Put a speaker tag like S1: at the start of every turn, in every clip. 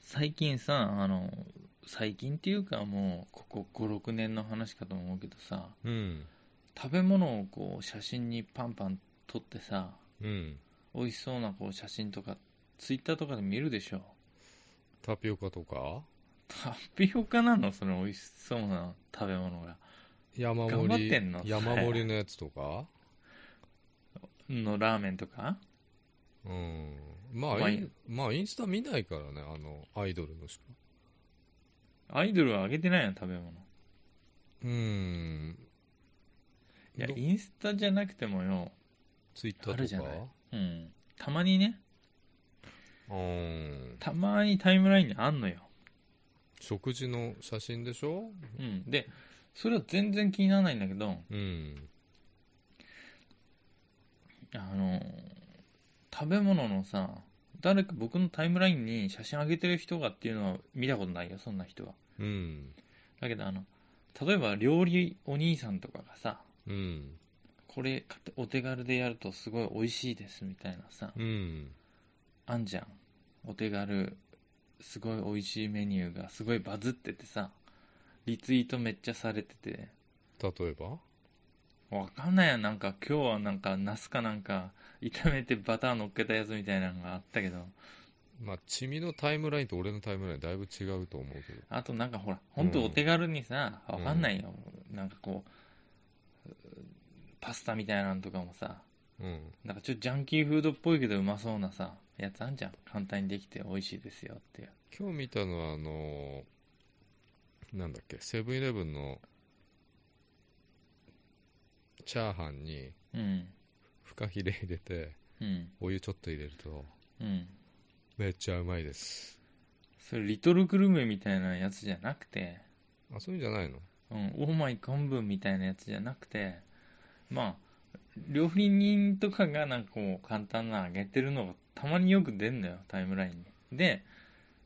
S1: 最近さあの最近っていうかもうここ56年の話かと思うけどさ
S2: うん
S1: 食べ物をこう写真にパンパン撮ってさ
S2: うん
S1: 美味しそうなこう写真とかツイッターとかで見るでしょ
S2: タピオカとか
S1: タピオカなのその美味しそうな食べ物が
S2: 山盛
S1: 頑張っ
S2: り
S1: てんの
S2: 山盛りのやつと か
S1: のラーメンとか
S2: うんま
S1: まあ
S2: あインまあインスタ見ないからねあのアイドルのしか
S1: アイドルはあげてないの食べ物
S2: うん
S1: いや
S2: ど
S1: インスタじゃなくてもよ、
S2: ツイッタ
S1: ある
S2: ー
S1: じゃ
S2: と
S1: な
S2: か
S1: いうん、たまにね
S2: うん
S1: たまにタイムラインにあんのよ、
S2: 食事の写真でしょ
S1: うん、でそれは全然気にならないんだけど
S2: うん
S1: あの食べ物のさ誰か僕のタイムラインに写真上げてる人がっていうのは見たことないよそんな人は
S2: うん
S1: だけどあの例えば料理お兄さんとかがさ
S2: うん
S1: これ買ってお手軽でやるとすごい美味しいですみたいなさ
S2: うん
S1: あんじゃんお手軽すごい美味しいメニューがすごいバズっててさリツイートめっちゃされてて
S2: 例えば
S1: わかんないやなんか今日はなんかナスかなんか炒めてバター乗っけたやつみたいなのがあったけど
S2: まあチミのタイムラインと俺のタイムラインだいぶ違うと思うけど
S1: あとなんかほら本当お手軽にさ、
S2: うん
S1: わかんないよなんかこうパスタみたいなのとかもさ
S2: うん
S1: なんかちょっとジャンキーフードっぽいけどうまそうなさやつあんじゃん簡単にできて美味しいですよっていう
S2: 今日見たのはあのなんだっけセブンイレブンのチャーハンに
S1: うん
S2: フカヒレ入れて
S1: うん
S2: お湯ちょっと入れると
S1: うん
S2: めっちゃうまいです
S1: それリトルグルメみたいなやつじゃなくて
S2: あそういうんじゃないの
S1: うんオーマイ昆布みたいなやつじゃなくてまあ料理人とかがなんかこう簡単なのあげてるのがたまによく出んのよタイムラインにで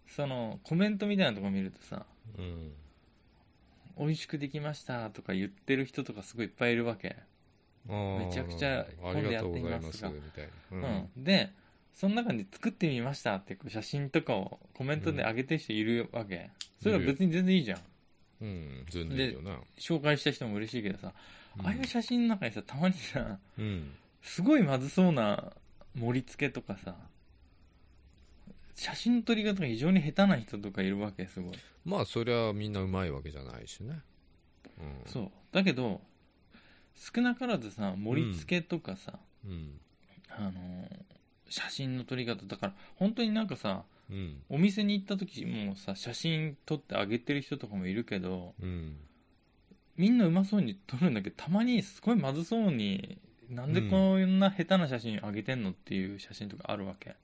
S1: そのコメントみたいなとこ見るとさ
S2: うん
S1: 美味しくできましたとか言ってる人とかすごいいっぱいいるわけ、
S2: あー
S1: めちゃくちゃ
S2: ありがとうござい
S1: 今度やってみま
S2: ますす
S1: が
S2: みたいな
S1: う
S2: うん
S1: んでその中で作ってみましたってこう写真とかをコメントで上げてる人いるわけ、それは別に全然いいじゃん
S2: うん全然いいよな
S1: 紹介した人も嬉しいけどさ、ああいう写真の中にさたまにさ
S2: うんうん
S1: すごいまずそうな盛り付けとかさ写真の撮り方が非常に下手な人とかいるわけすごい、
S2: まあそりゃみんなうまいわけじゃないしねうん
S1: そうだけど少なからずさ盛り付けとかさ、
S2: うん
S1: あのー写真の撮り方だから本当になんかさ
S2: うん
S1: お店に行った時もさ写真撮ってあげてる人とかもいるけど
S2: うん
S1: みんなうまそうに撮るんだけどたまにすごいまずそうになんでこんな下手な写真あげてんのっていう写真とかあるわけ、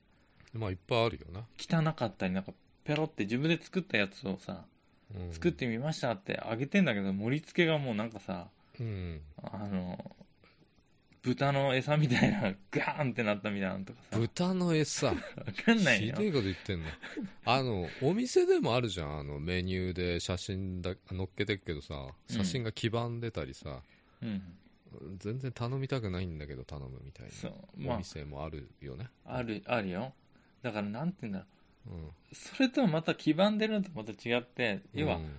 S2: まあいっぱいあるよな
S1: 汚かったりなんかペロって自分で作ったやつをさ
S2: うん
S1: 作ってみましたってあげてんだけど盛り付けがもうなんかさ
S2: うん
S1: あの豚の餌みたいな ガーンってなったみたいなのとかさわ
S2: 豚の餌
S1: かんない
S2: ひ
S1: よ
S2: でえこと言ってんのあのお店でもあるじゃんあのメニューで写真だ載っけてくけどさ写真が黄ばんでたりさ、
S1: うん
S2: 全然頼みたくないんだけど頼むみたい
S1: そ
S2: な
S1: うま
S2: お
S1: あ
S2: 店もあるよね、
S1: あるあるよだからなんて言うんだろ
S2: うん、
S1: うそれとはまた黄ばんでるのとまた違って要は、
S2: うん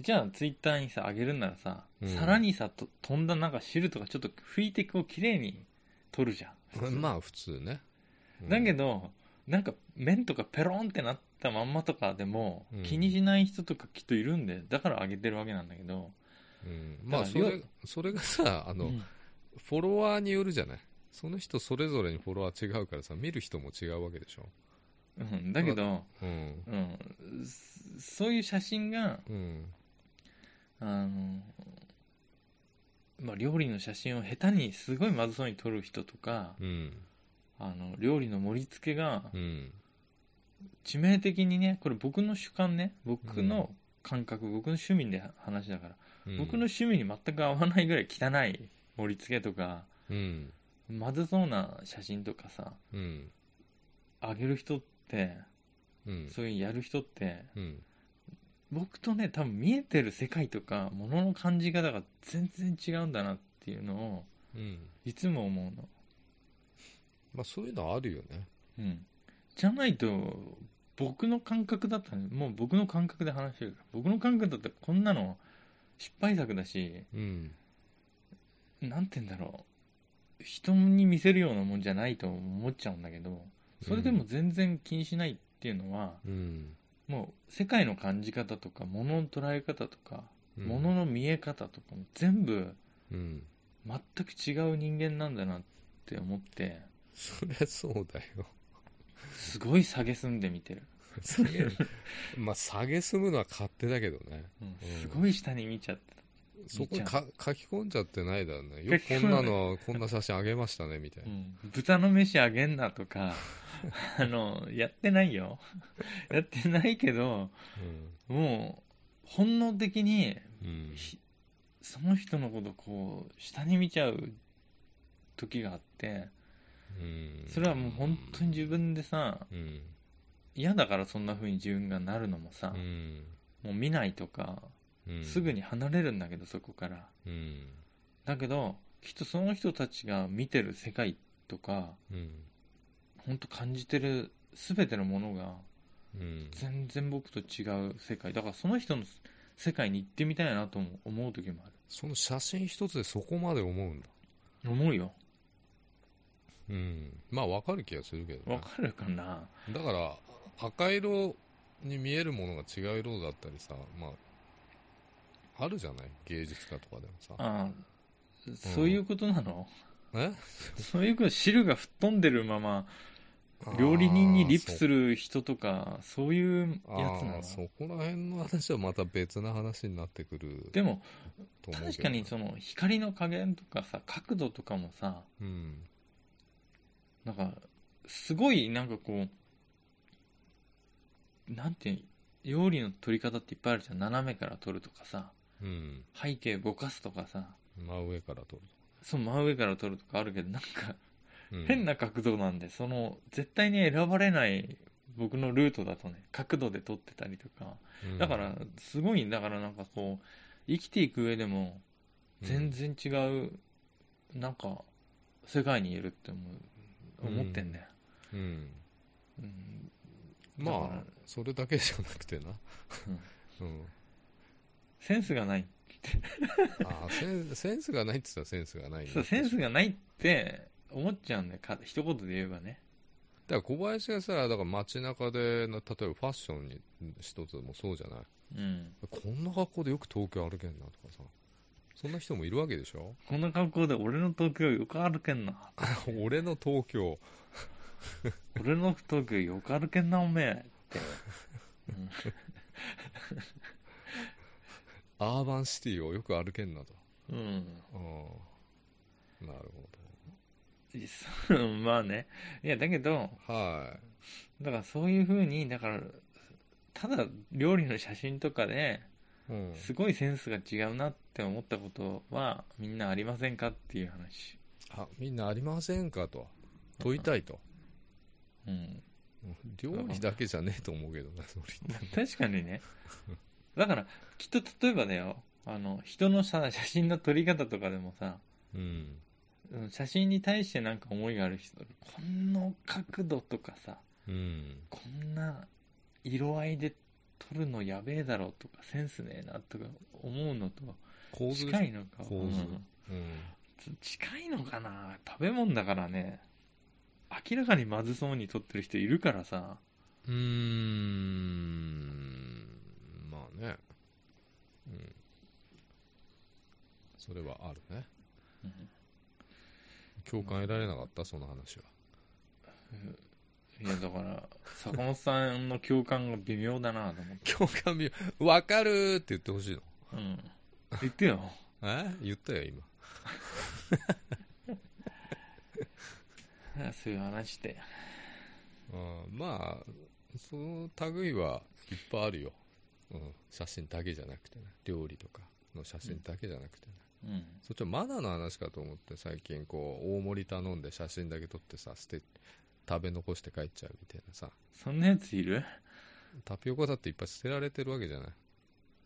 S1: じゃあツイッターにさあげるんならさ、
S2: うん
S1: 皿にさと飛んだなんか汁とかちょっと拭いてこう綺麗に取るじゃん普通
S2: まあ普通ね、うん
S1: だけど、なんか麺とかペロンってなったまんまとかでも
S2: うん
S1: 気にしない人とかきっといるんで、だからあげてるわけなんだけど、
S2: うんまあ
S1: だ
S2: そ
S1: から
S2: れそれがさあの、
S1: うん
S2: フォロワーによるじゃないその人それぞれにフォロワー違うからさ見る人も違うわけでしょ
S1: うんだけど、
S2: うん
S1: うん、そそういう写真が
S2: うん
S1: あの、まあ、料理の写真を下手にすごいまずそうに撮る人とか
S2: うん
S1: あの料理の盛り付けが
S2: うん
S1: 致命的にねこれ僕の主観ね僕の感覚、僕の趣味で話だから、
S2: うん
S1: 僕の趣味に全く合わないぐらい汚い盛り付けとか
S2: うん
S1: まずそうな写真とかさ
S2: うん
S1: あげる人って
S2: うん
S1: そういうやる人って
S2: うん
S1: 僕とね多分見えてる世界とかものの感じ方が全然違うんだなっていうのを
S2: うん
S1: いつも思うの
S2: まあそういうのあるよね
S1: うんじゃないと僕の感覚だったねもう僕の感覚で話してるから僕の感覚だったらこんなの失敗作だし
S2: うん
S1: なんて言うんだろう人に見せるようなもんじゃないと思っちゃうんだけどそれでも全然気にしないっていうのは、
S2: うん
S1: もう世界の感じ方とか物の捉え方とか、
S2: うん
S1: 物の見え方とかも全部
S2: うん
S1: 全く違う人間なんだなって思って
S2: そりゃそうだ よ
S1: すごい下げすんで見てる、
S2: 下げまあ下げすむのは勝手だけどね
S1: うん
S2: うん
S1: すごい下に見ちゃって
S2: そこ
S1: 見ちゃう
S2: か書き込んじゃってないだろう ねよく
S1: 書き込
S2: こ
S1: ん
S2: ん
S1: だ
S2: なのこんな写真あげましたねみたいな、
S1: 豚の飯あげんなと かあのやってないよやってないけどもう本能的に
S2: うんうん
S1: ひその人のことこう下に見ちゃう時があって
S2: うん
S1: それはもう本当に自分でさ
S2: うん
S1: 嫌だからそんな風に自分がなるのもさ、
S2: うん
S1: もう見ないとか
S2: うん
S1: すぐに離れるんだけどそこから
S2: うん
S1: だけどきっとその人たちが見てる世界とか
S2: うん
S1: 本当感じてる全てのものが
S2: うん
S1: 全然僕と違う世界だからその人の世界に行ってみたいなとも思う時もあ
S2: その写真一つでそこまで思うんだ
S1: る思うよ
S2: うんまあわかる気がするけどね、
S1: わかるかな
S2: だから赤色に見えるものが違う色だったりさまああるじゃない芸術家とかでもさ
S1: ああそういうことなの、
S2: え
S1: そういうこと汁が吹っ飛んでるまま料理人にリプす
S2: る
S1: る人とかそういうやつなの
S2: そこら辺の話はまた別な話になってくる
S1: でも
S2: と思うけど
S1: 確かにその光の加減とかさ角度とかもさ
S2: うん
S1: なんかすごいなんかこうなんていう料理の取り方っていっぱいあるじゃん斜めから取るとかさ
S2: うん
S1: 背景ぼかすとかさ
S2: 真上から撮る、
S1: そう真上から撮るとかあるけどなんか
S2: うん
S1: 変な角度なんで、その絶対に選ばれない僕のルートだとね角度で撮ってたりとか
S2: うん
S1: だからすごいだからなんかこう生きていく上でも全然違う、なんか世界にいるって思う思ってんだよ、
S2: うん、うん
S1: うん
S2: ま
S1: だか
S2: あ
S1: ら
S2: それだけじゃなくてな、うん、
S1: センスがない
S2: ああセン センスがないって言ったらセンスがないね
S1: そうセンスがないって思っちゃうんだよか一言で言えばね
S2: だから小林がさだから街中でな例えばファッションに一つもそうじゃない
S1: うん
S2: こんな格好でよく東京歩けんなとかさそんな人もいるわけでしょ
S1: こんな格好で俺の東京よく歩けんな
S2: 俺の東京
S1: 俺の東京よく歩けんなおめえ
S2: アーバンシティをよく歩けんなと
S1: うん
S2: ああなるほ
S1: そうまあねいやだけど
S2: どは
S1: だからそういうふうにだからただ料理の写真とかで
S2: い、うん、
S1: すごいセンスが違うなって思ったことはみんなありませんかっていう話
S2: あみんなありませんかと問いたいと
S1: うん
S2: 料理だけじゃねえと思うけどなそれ
S1: 確かにねだからきっと例えばだよあの人のさ写真の撮り方とかでもさ
S2: うん
S1: うん写真に対してなんか思いがある人こんな角度とかさ
S2: うん
S1: こんな色合いで撮るのやべえだろとかセンスねえなとか思うのと
S2: 構図
S1: 近いのか、
S2: 構図
S1: うん
S2: うん
S1: 近いのかな食べ物だからね明らかにまずそうに撮ってる人いるからさ
S2: うーんまあね、うん、それはあるね共感得られなかったその話は、
S1: いやだから坂本さんの共感が微妙だなと思って、
S2: 共感見分かるって言ってほしいの
S1: うん、言ってよ
S2: え言ったよ今
S1: そういう話で
S2: あまあその類はいっぱいあるよ、うん、写真だけじゃなくてね料理とかの写真だけじゃなくてね、
S1: うん
S2: そっちはマナーの話かと思って最近こう大盛り頼んで写真だけ撮ってさ捨て食べ残して帰っちゃうみたいなさ
S1: そんなやついる
S2: タピオカだっていっぱい捨てられてるわけじゃない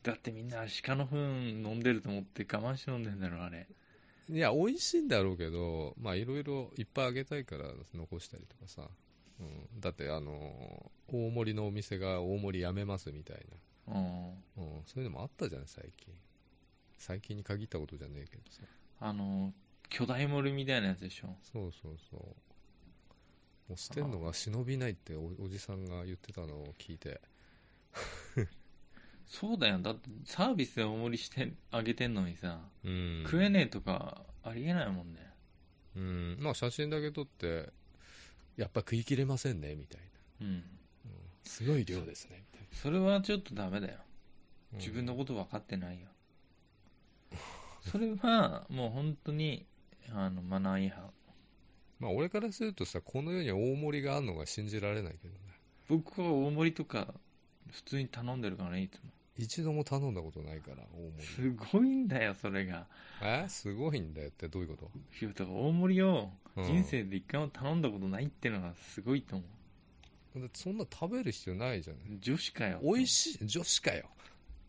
S1: だってみんな鹿の糞飲んでると思って我慢して飲んでんだろあれ
S2: いや美味しいんだろうけどまあいろいろいっぱいあげたいから残したりとかさうん、だってあのー大盛りのお店が大盛りやめますみたい
S1: うん
S2: な、うん、そういうのもあったじゃん最近最近に限ったことじゃねえけどさ
S1: あの巨大盛りみたいなやつでしょ
S2: そうそうそうもう捨てんのが忍びないっておおじさんが言ってたのを聞いて
S1: そうだよだってサービスで大盛りしてあげてんのにさ、
S2: うん
S1: 食えねえとかありえないもんね
S2: うんまあ写真だけ撮ってやっぱ食い切れませんねみたいな、
S1: うん
S2: うんすごい量ですねみたい
S1: それはちょっとダメだよ
S2: な
S1: 自分のこと分かってないよ、それはもう本当にあのマナー違反
S2: まあ俺からするとさこの世に大盛りがあるのが信じられないけどね
S1: 僕は大盛りとか普通に頼んでるからねいつも
S2: 一度も頼んだことないから大盛り
S1: すごいんだよそれが
S2: えすごいんだよってどういうこと、
S1: いやだから大盛りを
S2: うん
S1: 人生で一回も頼んだことないってのがすごいと思う
S2: だってそんな食べる必要ないじゃない
S1: 女子かよ
S2: 美味
S1: い
S2: しい女子かよ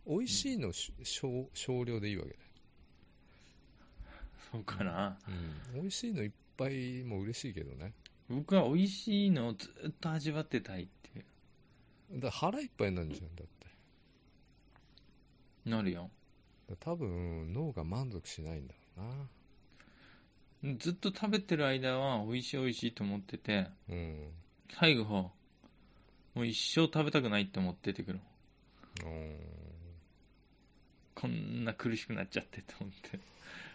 S2: 美味しいのし少少量でいいわけだよ、
S1: そうかな
S2: うん、美味しいのいっぱいも嬉しいけどね
S1: 僕は美味しいのをずっと味わってたいっていう
S2: だから腹いっぱいになるじゃんだって
S1: なるよ
S2: だから多分脳が満足しないんだろ
S1: ずっと食べてる間は美味しい美味しいと思ってて
S2: うなうん
S1: 最後もう一生食べたくないって思っててくる
S2: うん
S1: こんな苦しくなっちゃってと思って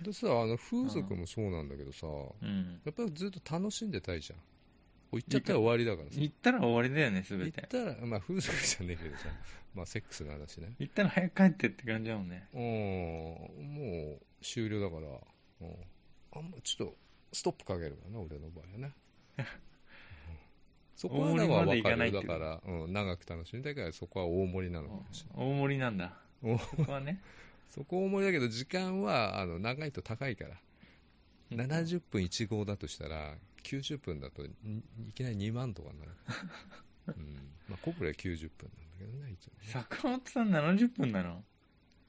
S2: でさあの風俗もそうなんだけどさ、
S1: うん
S2: やっぱりずっと楽しんでたいじゃんもう行っちゃったら終わりだからさ
S1: 行ったら終わりだよね全
S2: 行
S1: て
S2: ったらまあ風俗じゃねえけどさ まあセックスの話ね
S1: 行ったら早く帰ってって感じだもんね
S2: うんもう終了だから、うん、あんまちょっとストップかけるかな俺の場合 はねうんそこはだ
S1: 大盛り
S2: から
S1: まで
S2: 分
S1: いか
S2: か
S1: ない
S2: る
S1: って
S2: よ
S1: いう
S2: だから、うん、長く楽しみたいからそこは大盛りなのかもしれない
S1: 大盛りなんだ
S2: お
S1: そこはね
S2: そこ大盛りだけど時間はあの長いと高いから70分1号だとしたら90分だとんいきなり2万とかになる、うんまあ、コブレは90分なんだけどね一応ね
S1: 坂本さん70分なの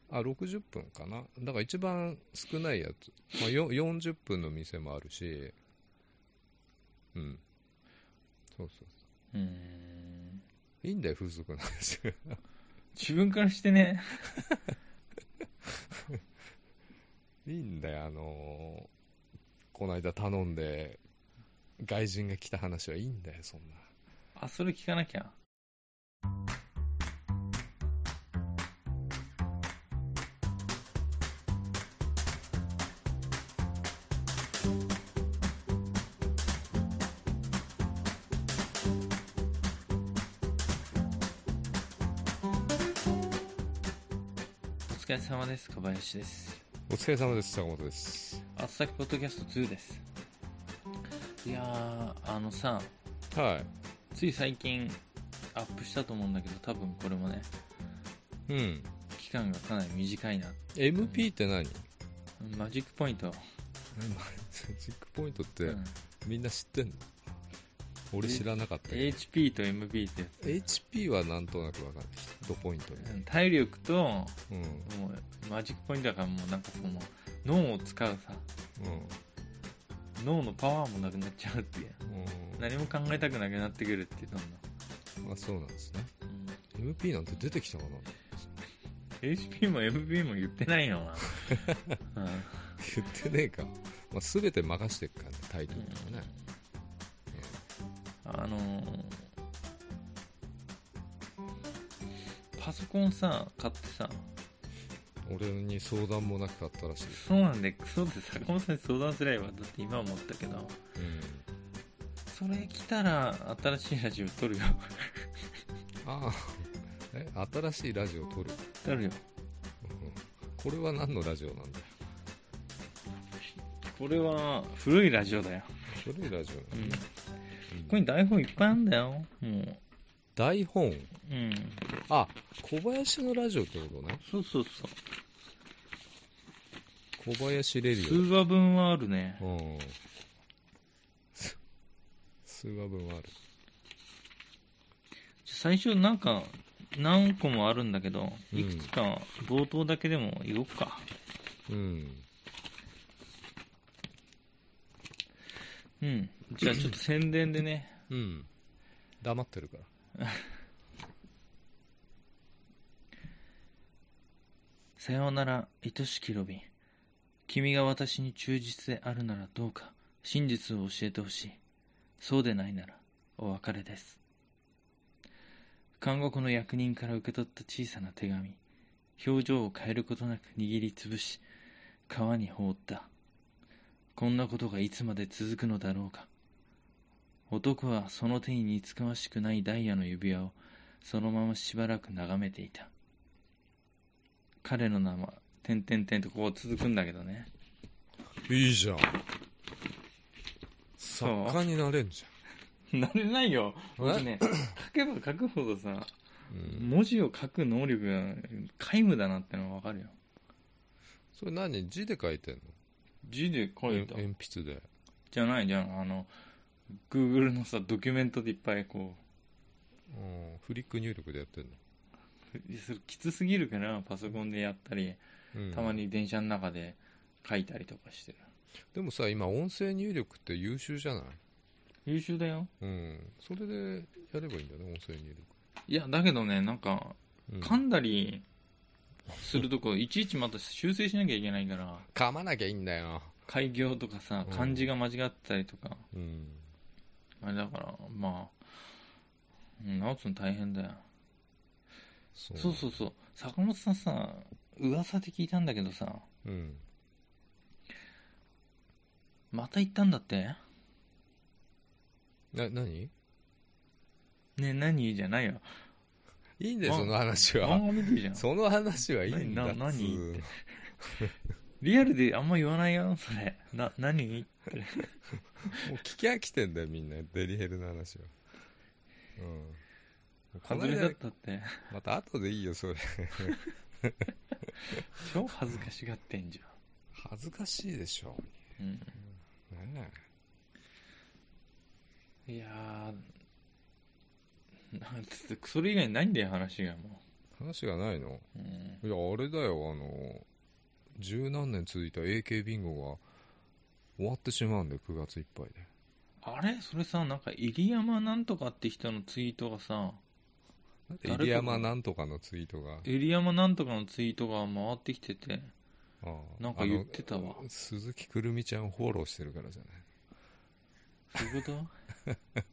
S2: あ60分かなだから一番少ないやつ、まあ、よ40分の店もあるしうんそうそう
S1: うーん
S2: いいんだよ風 俗の話が
S1: 自分からしてね
S2: いいんだよあのーこの間頼んで外人が来た話はいいんだよそんな
S1: あそれ聞かなきゃお疲れ様です小林です
S2: お疲れ様です坂本です
S1: あっさきポッドキャスト2ですいやーあのさ
S2: は
S1: つい最近アップしたと思うんだけど多分これもね
S2: いうん
S1: 期間がかなり短いな
S2: MP って何、
S1: マジックポイント、
S2: マジックポイントっ
S1: う
S2: て
S1: ん
S2: みんな知ってんの俺知らなかったけど
S1: HP と MP ってや
S2: HP はなんとなく分かるヒットポイントみた
S1: つ、
S2: い
S1: うん
S2: な
S1: 体力とも
S2: うんうん
S1: うマジックポイントだからもうなんかその脳を使うさ脳のパワーもなくなっちゃうっていう
S2: う
S1: 何も考えたくなくなってくるってどん
S2: んあそうなんですね
S1: な、うん
S2: MP なんて出てきたかな
S1: HP も MP も言ってないよな、うん
S2: 言ってねえか、まあ、全て任してっからねタイトルとかね、
S1: あのーパソコンさ買ってさ
S2: 俺に相談もなく買ったらしい、
S1: そうなんでクソって坂本さんに相談すればだって今思ったけど
S2: うん、
S1: それ来たら新しいラジオ撮るよ
S2: ああえ新しいラジオ撮る、
S1: 撮るよ
S2: うんこれは何のラジオなんだよ
S1: これは古いラジオだよ、
S2: 古いラジオなんだ、
S1: ここに台本いっぱいあんだよもう
S2: 台本
S1: うん
S2: あ小林のラジオってことね
S1: そうそうそう
S2: 小林レデ
S1: 数
S2: ィ
S1: 話分はあるね
S2: オうんす数話分はある
S1: 最初なんか何個もあるんだけど
S2: うん
S1: いくつか冒頭だけでも言おうか、
S2: うん
S1: うんじゃあちょっと宣伝でね
S2: うん黙ってるから
S1: さようなら愛しきロビン君が私に忠実であるならどうか真実を教えてほしいそうでないならお別れです看護婦の役人から受け取った小さな手紙表情を変えることなく握りつぶし川に放ったこんなことがいつまで続くのだろうか男はその手に似つかわしくないダイヤの指輪をそのまましばらく眺めていた彼の名は「てんてんてん」とこう続くんだけどね
S2: いいじゃん
S1: そう
S2: 作家になれんじ
S1: なれないよ
S2: え
S1: 僕ね書けば書くほどさ
S2: ゃん、うん、
S1: 文字を書く能力が皆無だなってのが分かるよ
S2: それ何字で書いてんの
S1: 字で書いた
S2: 鉛筆で
S1: じゃないじゃんあの Google のさドキュメントでいっぱいこ
S2: うんフリック入力でやってんの、
S1: うそれきつすぎるからパソコンでやったり
S2: うん
S1: たまに電車の中で書いたりとかしてる
S2: でもさ今音声入力って優秀じゃない
S1: 優秀だよ
S2: うんそれでやればいいんだね音声入力、
S1: いやだけどねなんか
S2: うん
S1: 噛んだりするとこいちいちまた修正しなきゃいけないから
S2: 噛まなきゃいいんだよ
S1: 開業とかさ
S2: うん
S1: 漢字が間違ってたりとか
S2: うん
S1: あれだからまあうん直すの大変だよ
S2: そ
S1: そうそうそう坂本さんさ噂で聞いたんだけどさ
S2: う、うん、
S1: また行ったんだって
S2: な何
S1: ね何じゃないよ
S2: いいんだよ
S1: あ
S2: その話は
S1: 漫画見てるじゃん
S2: その話はいいんだ
S1: なな何
S2: つー
S1: ってリアルであんま言わないよそれな何
S2: もう聞き飽きてんだよみんなデリヘルの話はうんこの
S1: 外れだ
S2: 間
S1: ったって
S2: また後でいいよそれ
S1: 超恥ずかしがってんじ
S2: 恥ずかしいでしょ
S1: ゃん、うん
S2: ね
S1: いやーなんつってそれ以外ないんだよ話がも
S2: え話がないの
S1: う、うん、
S2: いやあれだよあの十何年続いた AK ビンゴが終わってしまうんだよ9月いっぱいで
S1: あれそれさなんか入山なんとかって人のツイートがさ
S2: なんで入山なんとかのツイートが
S1: 入山なんとかのツイートが回ってきてて
S2: ああ
S1: なんか言ってたわ
S2: あの鈴木くるみちゃんをフォローしてるからじゃない
S1: そういうこと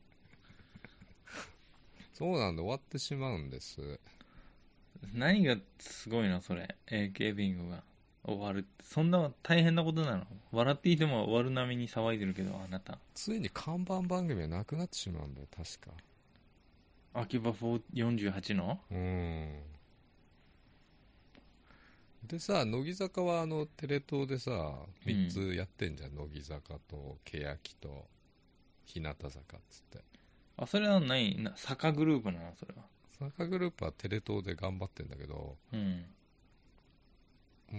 S2: そうなんだ終わってしまうんです
S1: 何がすごいのそれ AK ビンゴが終わるってそんな大変なことなの笑っていても終わる波に騒いでるけどあなた
S2: ついに看板番組はなくなってしまうんだよ確か
S1: 秋葉48の
S2: うんでさ乃木坂はあのテレ東でさ3つやってんじゃん、乃木坂と欅と日向坂っつって
S1: あそれはないな坂グループなのそれは
S2: 坂グループはテレ東で頑張ってんだけど
S1: うん
S2: もう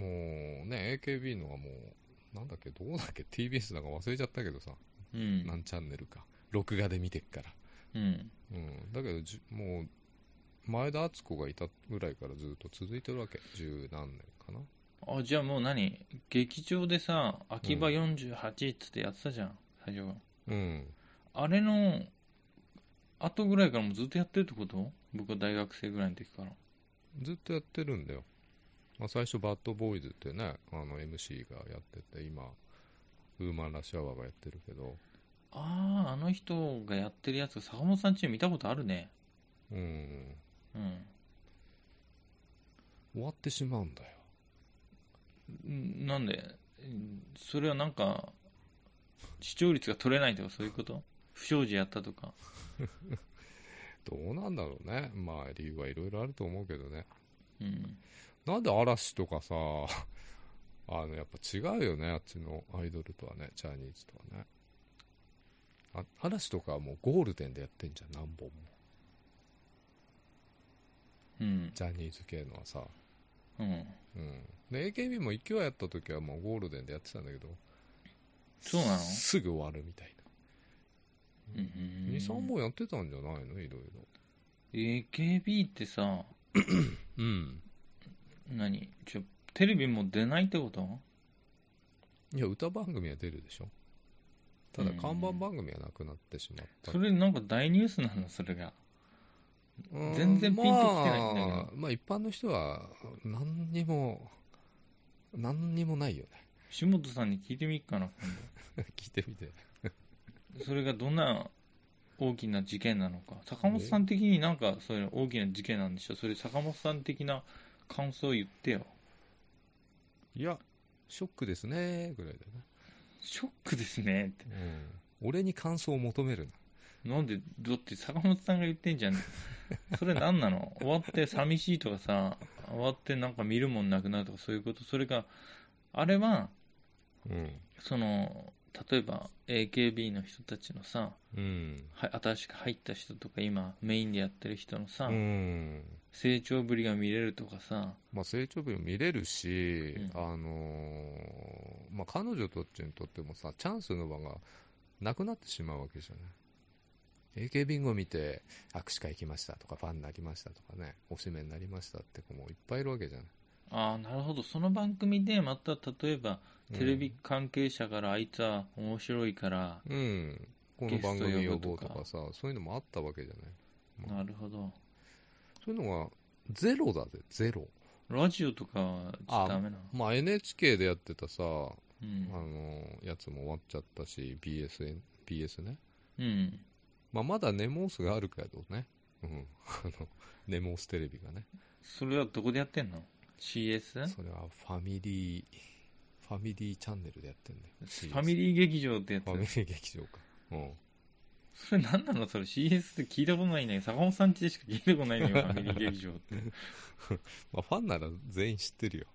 S2: ね AKB のはもうなんだっけどうだっけ TBS だか忘れちゃったけどさ、
S1: う
S2: なんん、チャンネルか録画で見てっから
S1: うん
S2: うん、だけどじもう前田敦子がいたぐらいからずっと続いてるわけ十何年かな
S1: あじゃあもう何劇場でさ秋葉48っつってやってたじゃん、最初
S2: うん
S1: あれの後ぐらいからもうずっとやってるってこと僕は大学生ぐらいの時から
S2: ずっとやってるんだよ、まあ、最初バッドボーイズってねあの MC がやってて今ウーマンラッシュアワーがやってるけど
S1: あああの人がやってるやつ坂本さんち見たことあるね
S2: うん
S1: うん
S2: 終わってしまうんだよ
S1: んなんでんそれはなんか視聴率が取れないとかそういうこと不祥事やったとか
S2: どうなんだろうねまあ理由はいろいろあると思うけどね
S1: うん
S2: なんで嵐とかさ あのやっぱ違うよねあっちのアイドルとはねジャニーズとはねあ嵐とかはもうゴールデンでやってんじゃん何本も
S1: うん
S2: ジャニーズ系のはさ、
S1: うん
S2: うん、で AKB も勢いあった時はもうゴールデンでやってたんだけど
S1: そうなの
S2: すぐ終わるみたい
S1: うん
S2: な23本やってたんじゃないのいろい
S1: AKB ってさ
S2: ろうん
S1: 何ちょテレビも出ないってこと
S2: いや歌番組は出るでしょただ
S1: うん
S2: 看板番組はなくなってしまった
S1: それなんか大ニュースなのそれが
S2: うん
S1: 全然ピンときてないんだけど
S2: まあ、まあ一般の人は何にも何にもないよね
S1: 岸本さんに聞いてみっかな今
S2: 聞いてみて
S1: 度それがどんな大きな事件なのか坂本さん的になんかそういう大きな事件なんでしょそれ坂本さん的な感想を言ってよ
S2: いやショックですねぐらいだ
S1: ショックですねって
S2: ね、うん、俺に感想を求めるな
S1: なんでだって坂本さんが言ってんじゃんそれ何なの終わって寂しいとかさ終わってなんか見るもんなくなるとかそういうことそれがあれは
S2: うん、
S1: その例えば AKB の人たちのさ
S2: うん
S1: は新しく入った人とか今メインでやってる人のさ、
S2: うん
S1: 成長ぶりが見れるとかさ
S2: まあ、成長部も見れるし、
S1: うん
S2: あのーまあ、彼女たちにとってもさチャンスの場がなくなってしまうわけじゃない AKB を見て握手会行きましたとかファンになりましたとかねおしめになりましたって子もいっぱいいるわけじゃない
S1: ああなるほどその番組でまた例えばテレビ関係者からあいつは面白いから、
S2: うん、この番組
S1: ゲ
S2: 呼
S1: スト
S2: ぼ
S1: 呼
S2: う
S1: ぶ
S2: と
S1: とか
S2: かさそういうのもあったわけじゃないうん
S1: なるほど
S2: そういうのがゼロだぜゼロ
S1: ラジオとかはちょっとダメなの
S2: まあ NHK でやってたさ、
S1: う
S2: あ
S1: ん、
S2: のやつも終わっちゃったし BS, BS ね
S1: うん、
S2: まあ、まだネモースがあるけどね、うん、 あのネモーステレビがね、
S1: それはどこでやってんの ?CS?
S2: それはファミリー、ファミリーチャンネルでやってんだよ。
S1: ファミリー劇場ってやつ
S2: ファミリー劇場か。うん、
S1: それ何なのそれ CS って聞いたことないね坂本さんちでしか聞いたことないねフ ァミリー劇場って
S2: まあ、ファンなら全員知ってるよ、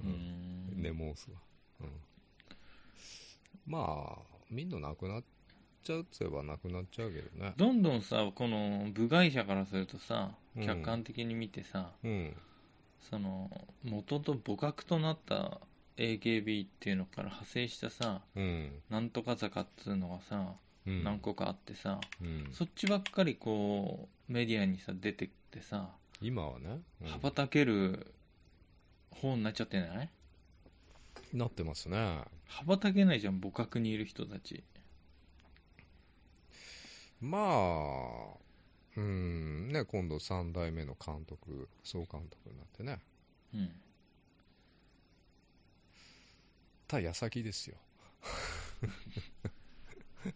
S1: うーん
S2: ネモースは。うん、まあ、みんななくなっちゃうと言えばなくなっちゃうけどね。
S1: どんどんさこの部外者からするとさ
S2: うん
S1: 客観的に見てさ、
S2: うん、
S1: その元と互角となった AKB っていうのから派生したさ
S2: うん、
S1: なんとか坂っつうのがさ
S2: うん。
S1: 何個かあってさ、
S2: うん、
S1: そっちばっかりこうメディアにさ出てってさ
S2: 今はね、うん
S1: 羽ばたける方になっちゃってない
S2: なってますね。
S1: 羽ばたけないじゃん母角にいる人たち
S2: まあ、うん、ね、今度3代目の監督、総監督になってね、
S1: うん
S2: た矢先ですよ。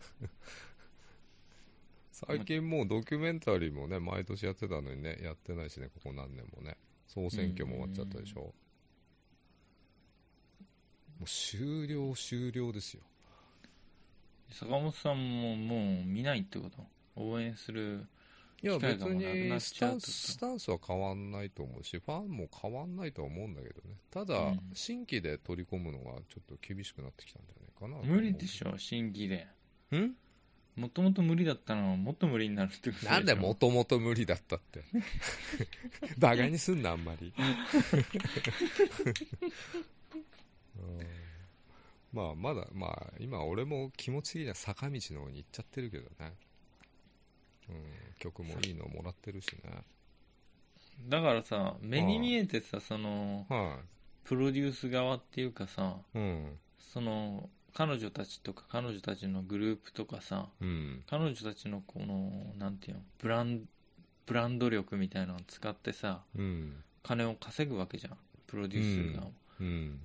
S2: 最近もうドキュメンタリーもね、毎年やってたのにね、やってないしね、ここ何年もね、総選挙も終わっちゃったでしょ。もう終了、終了ですよ。
S1: 坂本さんももう見ないってこと応援する
S2: いや、
S1: 機会
S2: 別
S1: がもうなくな
S2: に
S1: っ
S2: ス
S1: ちゃ
S2: タ
S1: うってこと
S2: ンススタンスは変わんないと思うし、ファンも変わんないとは思うんだけどね、ただ、
S1: うん
S2: 新規で取り込むのがちょっと厳しくなってきたんじゃないかなと思う。
S1: 無理でしょ新規で
S2: ん
S1: もともと無理だったのはもっと無理になるってことしょ
S2: なんでもともと無理だっ たって。バカにすんな、あんまり。うんまあ、まだ、まあ、今、俺も気持ち的には坂道の方に行っちゃってるけどね。うん、曲もいいのもらってるしね。
S1: だからさ目に見えてさその
S2: は
S1: プロデュース側っていうかさ
S2: い。うん。
S1: その彼女たちとか彼女たちのグループとかさ
S2: うん。
S1: 彼女たちのこのなんていうのブランブランド力みたいなのを使ってさ
S2: うん。
S1: 金を稼ぐわけじゃんプロデュースする側も、
S2: うん。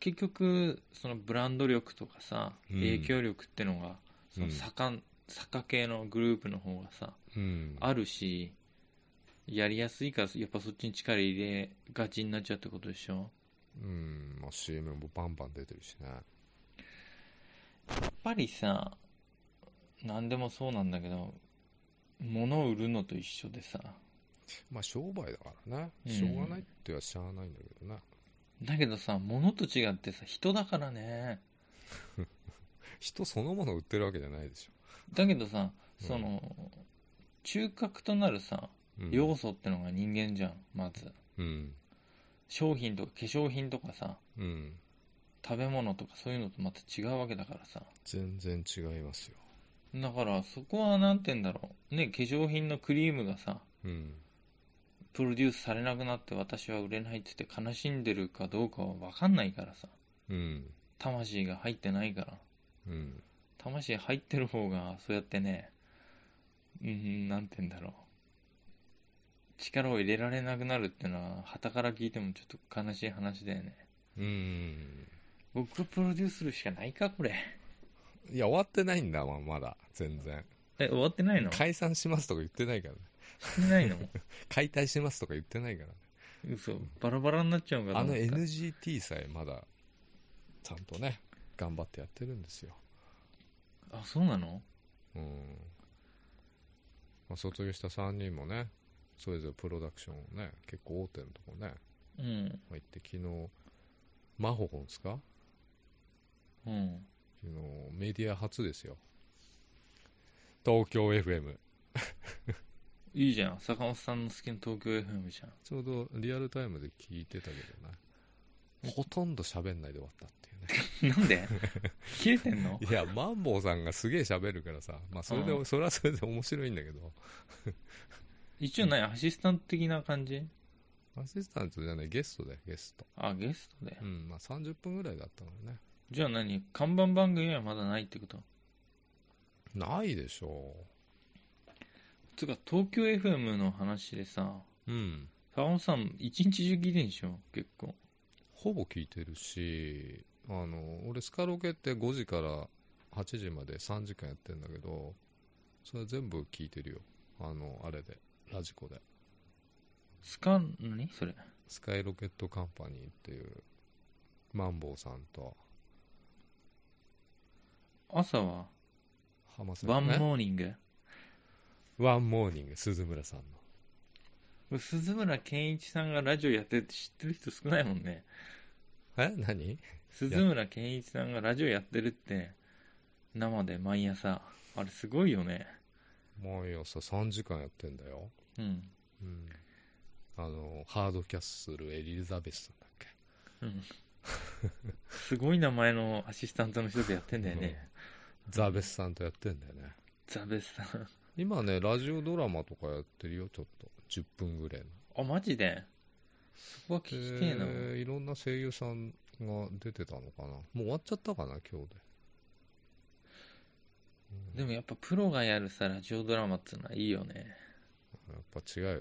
S1: 結局そのブランド力とかさ
S2: うん
S1: 影響力ってのがそ
S2: うん
S1: の坂,、坂系のグループの方がさ
S2: うん。
S1: あるしやりやすいからやっぱそっちに力入れがちになっちゃうってことでしょ
S2: うん。まあ、CM もバンバン出てるしね。
S1: やっぱりさ何でもそうなんだけど物を売るのと一緒でさ
S2: まあ、商売だからね。
S1: うん
S2: しょうがないってはしゃあないんだけどね。
S1: だけどさ物と違ってさ人だからね
S2: 人そのもの売ってるわけじゃないでしょ。
S1: だけどさ
S2: うん
S1: その、中核となるさ
S2: うん
S1: 要素ってのが人間じゃんまず
S2: うん。
S1: 商品とか化粧品とかさ
S2: うん。
S1: 食べ物とかそういうのとまた違うわけだからさ
S2: 全然違いますよ。
S1: だからそこは何て言うんだろうね化粧品のクリームがさ
S2: うん。
S1: プロデュースされなくなって私は売れないって言って悲しんでるかどうかは分かんないからさ
S2: うん。
S1: 魂が入ってないから
S2: うん。
S1: 魂入ってる方がそうやってねうんなんて言うんだろう力を入れられなくなるってのは傍から聞いてもちょっと悲しい話だよね
S2: うん
S1: 僕がプロデュースするしかないかこれ
S2: いや終わってないんだもんまだ全然
S1: え終わってないの
S2: 解散しますとか言ってないからね
S1: してないの
S2: 解体しますとか言ってないからね
S1: 嘘バラバラになっちゃうのか
S2: あ
S1: と
S2: の
S1: 思った
S2: NGT さえまだちゃんとね頑張ってやってるんですよ
S1: あそうなの
S2: うん、まあ、卒業した3人もねそれぞれプロダクションをね結構大手のとこね、
S1: うん
S2: まあ、行って昨日マホコンですか
S1: うん
S2: 昨日メディア初ですよ東京 FM
S1: いいじゃん坂本さんの好きな東京 FM じゃん
S2: ちょうどリアルタイムで聞いてたけどねほとんど喋んないで終わったっていうね
S1: なん で切れてんの
S2: いや、マンボウさんがすげえ喋るからさ、まあ、それで、
S1: うん
S2: それはそれで面白いんだけど、
S1: 一応何アシスタント的な感じ
S2: アシスタントじゃない、ゲストだよ、ゲスト。
S1: あゲストで
S2: うん、まあ、30分ぐらいだったのね。
S1: じゃあ何看板番組はまだないってこと
S2: ないでしょ
S1: つうか東京 FM の話でさ
S2: う。うん。
S1: 坂本さん一日中聞いてんでしょ結構
S2: ほぼ聞いてるし、あの、俺、スカロケって5時から8時まで3時間やってんだけど、それは全部聞いてるよ。あの、あれで、ラジコで。
S1: スカ何それ
S2: スカイロケットカンパニーっていう、マンボウさんと、
S1: 朝は
S2: 浜さん
S1: ワン
S2: ね。
S1: モーニング
S2: ワンモーニング、鈴村さんの。
S1: 鈴村健一さんがラジオやってるって知ってる人少ないもんね
S2: え何
S1: 鈴村健一さんがラジオやってるって生で毎朝あれすごいよね
S2: 毎朝3時間やってんだよ、
S1: うん
S2: うん、あのハードキャッスルエリザベスさんだっけ
S1: すごい名前のアシスタントの人とやってんだよね、
S2: ザベスさんとやってんだよね
S1: ザベスさん
S2: 今ねラジオドラマとかやってるよちょっと10分ぐらいの
S1: あマジでそこは聞きてえな、
S2: えーいろんな声優さんが出てたのかなもう終わっちゃったかな今日で、うん
S1: でもやっぱプロがやるさラジオドラマっていうのはいいよね
S2: やっぱ違うよね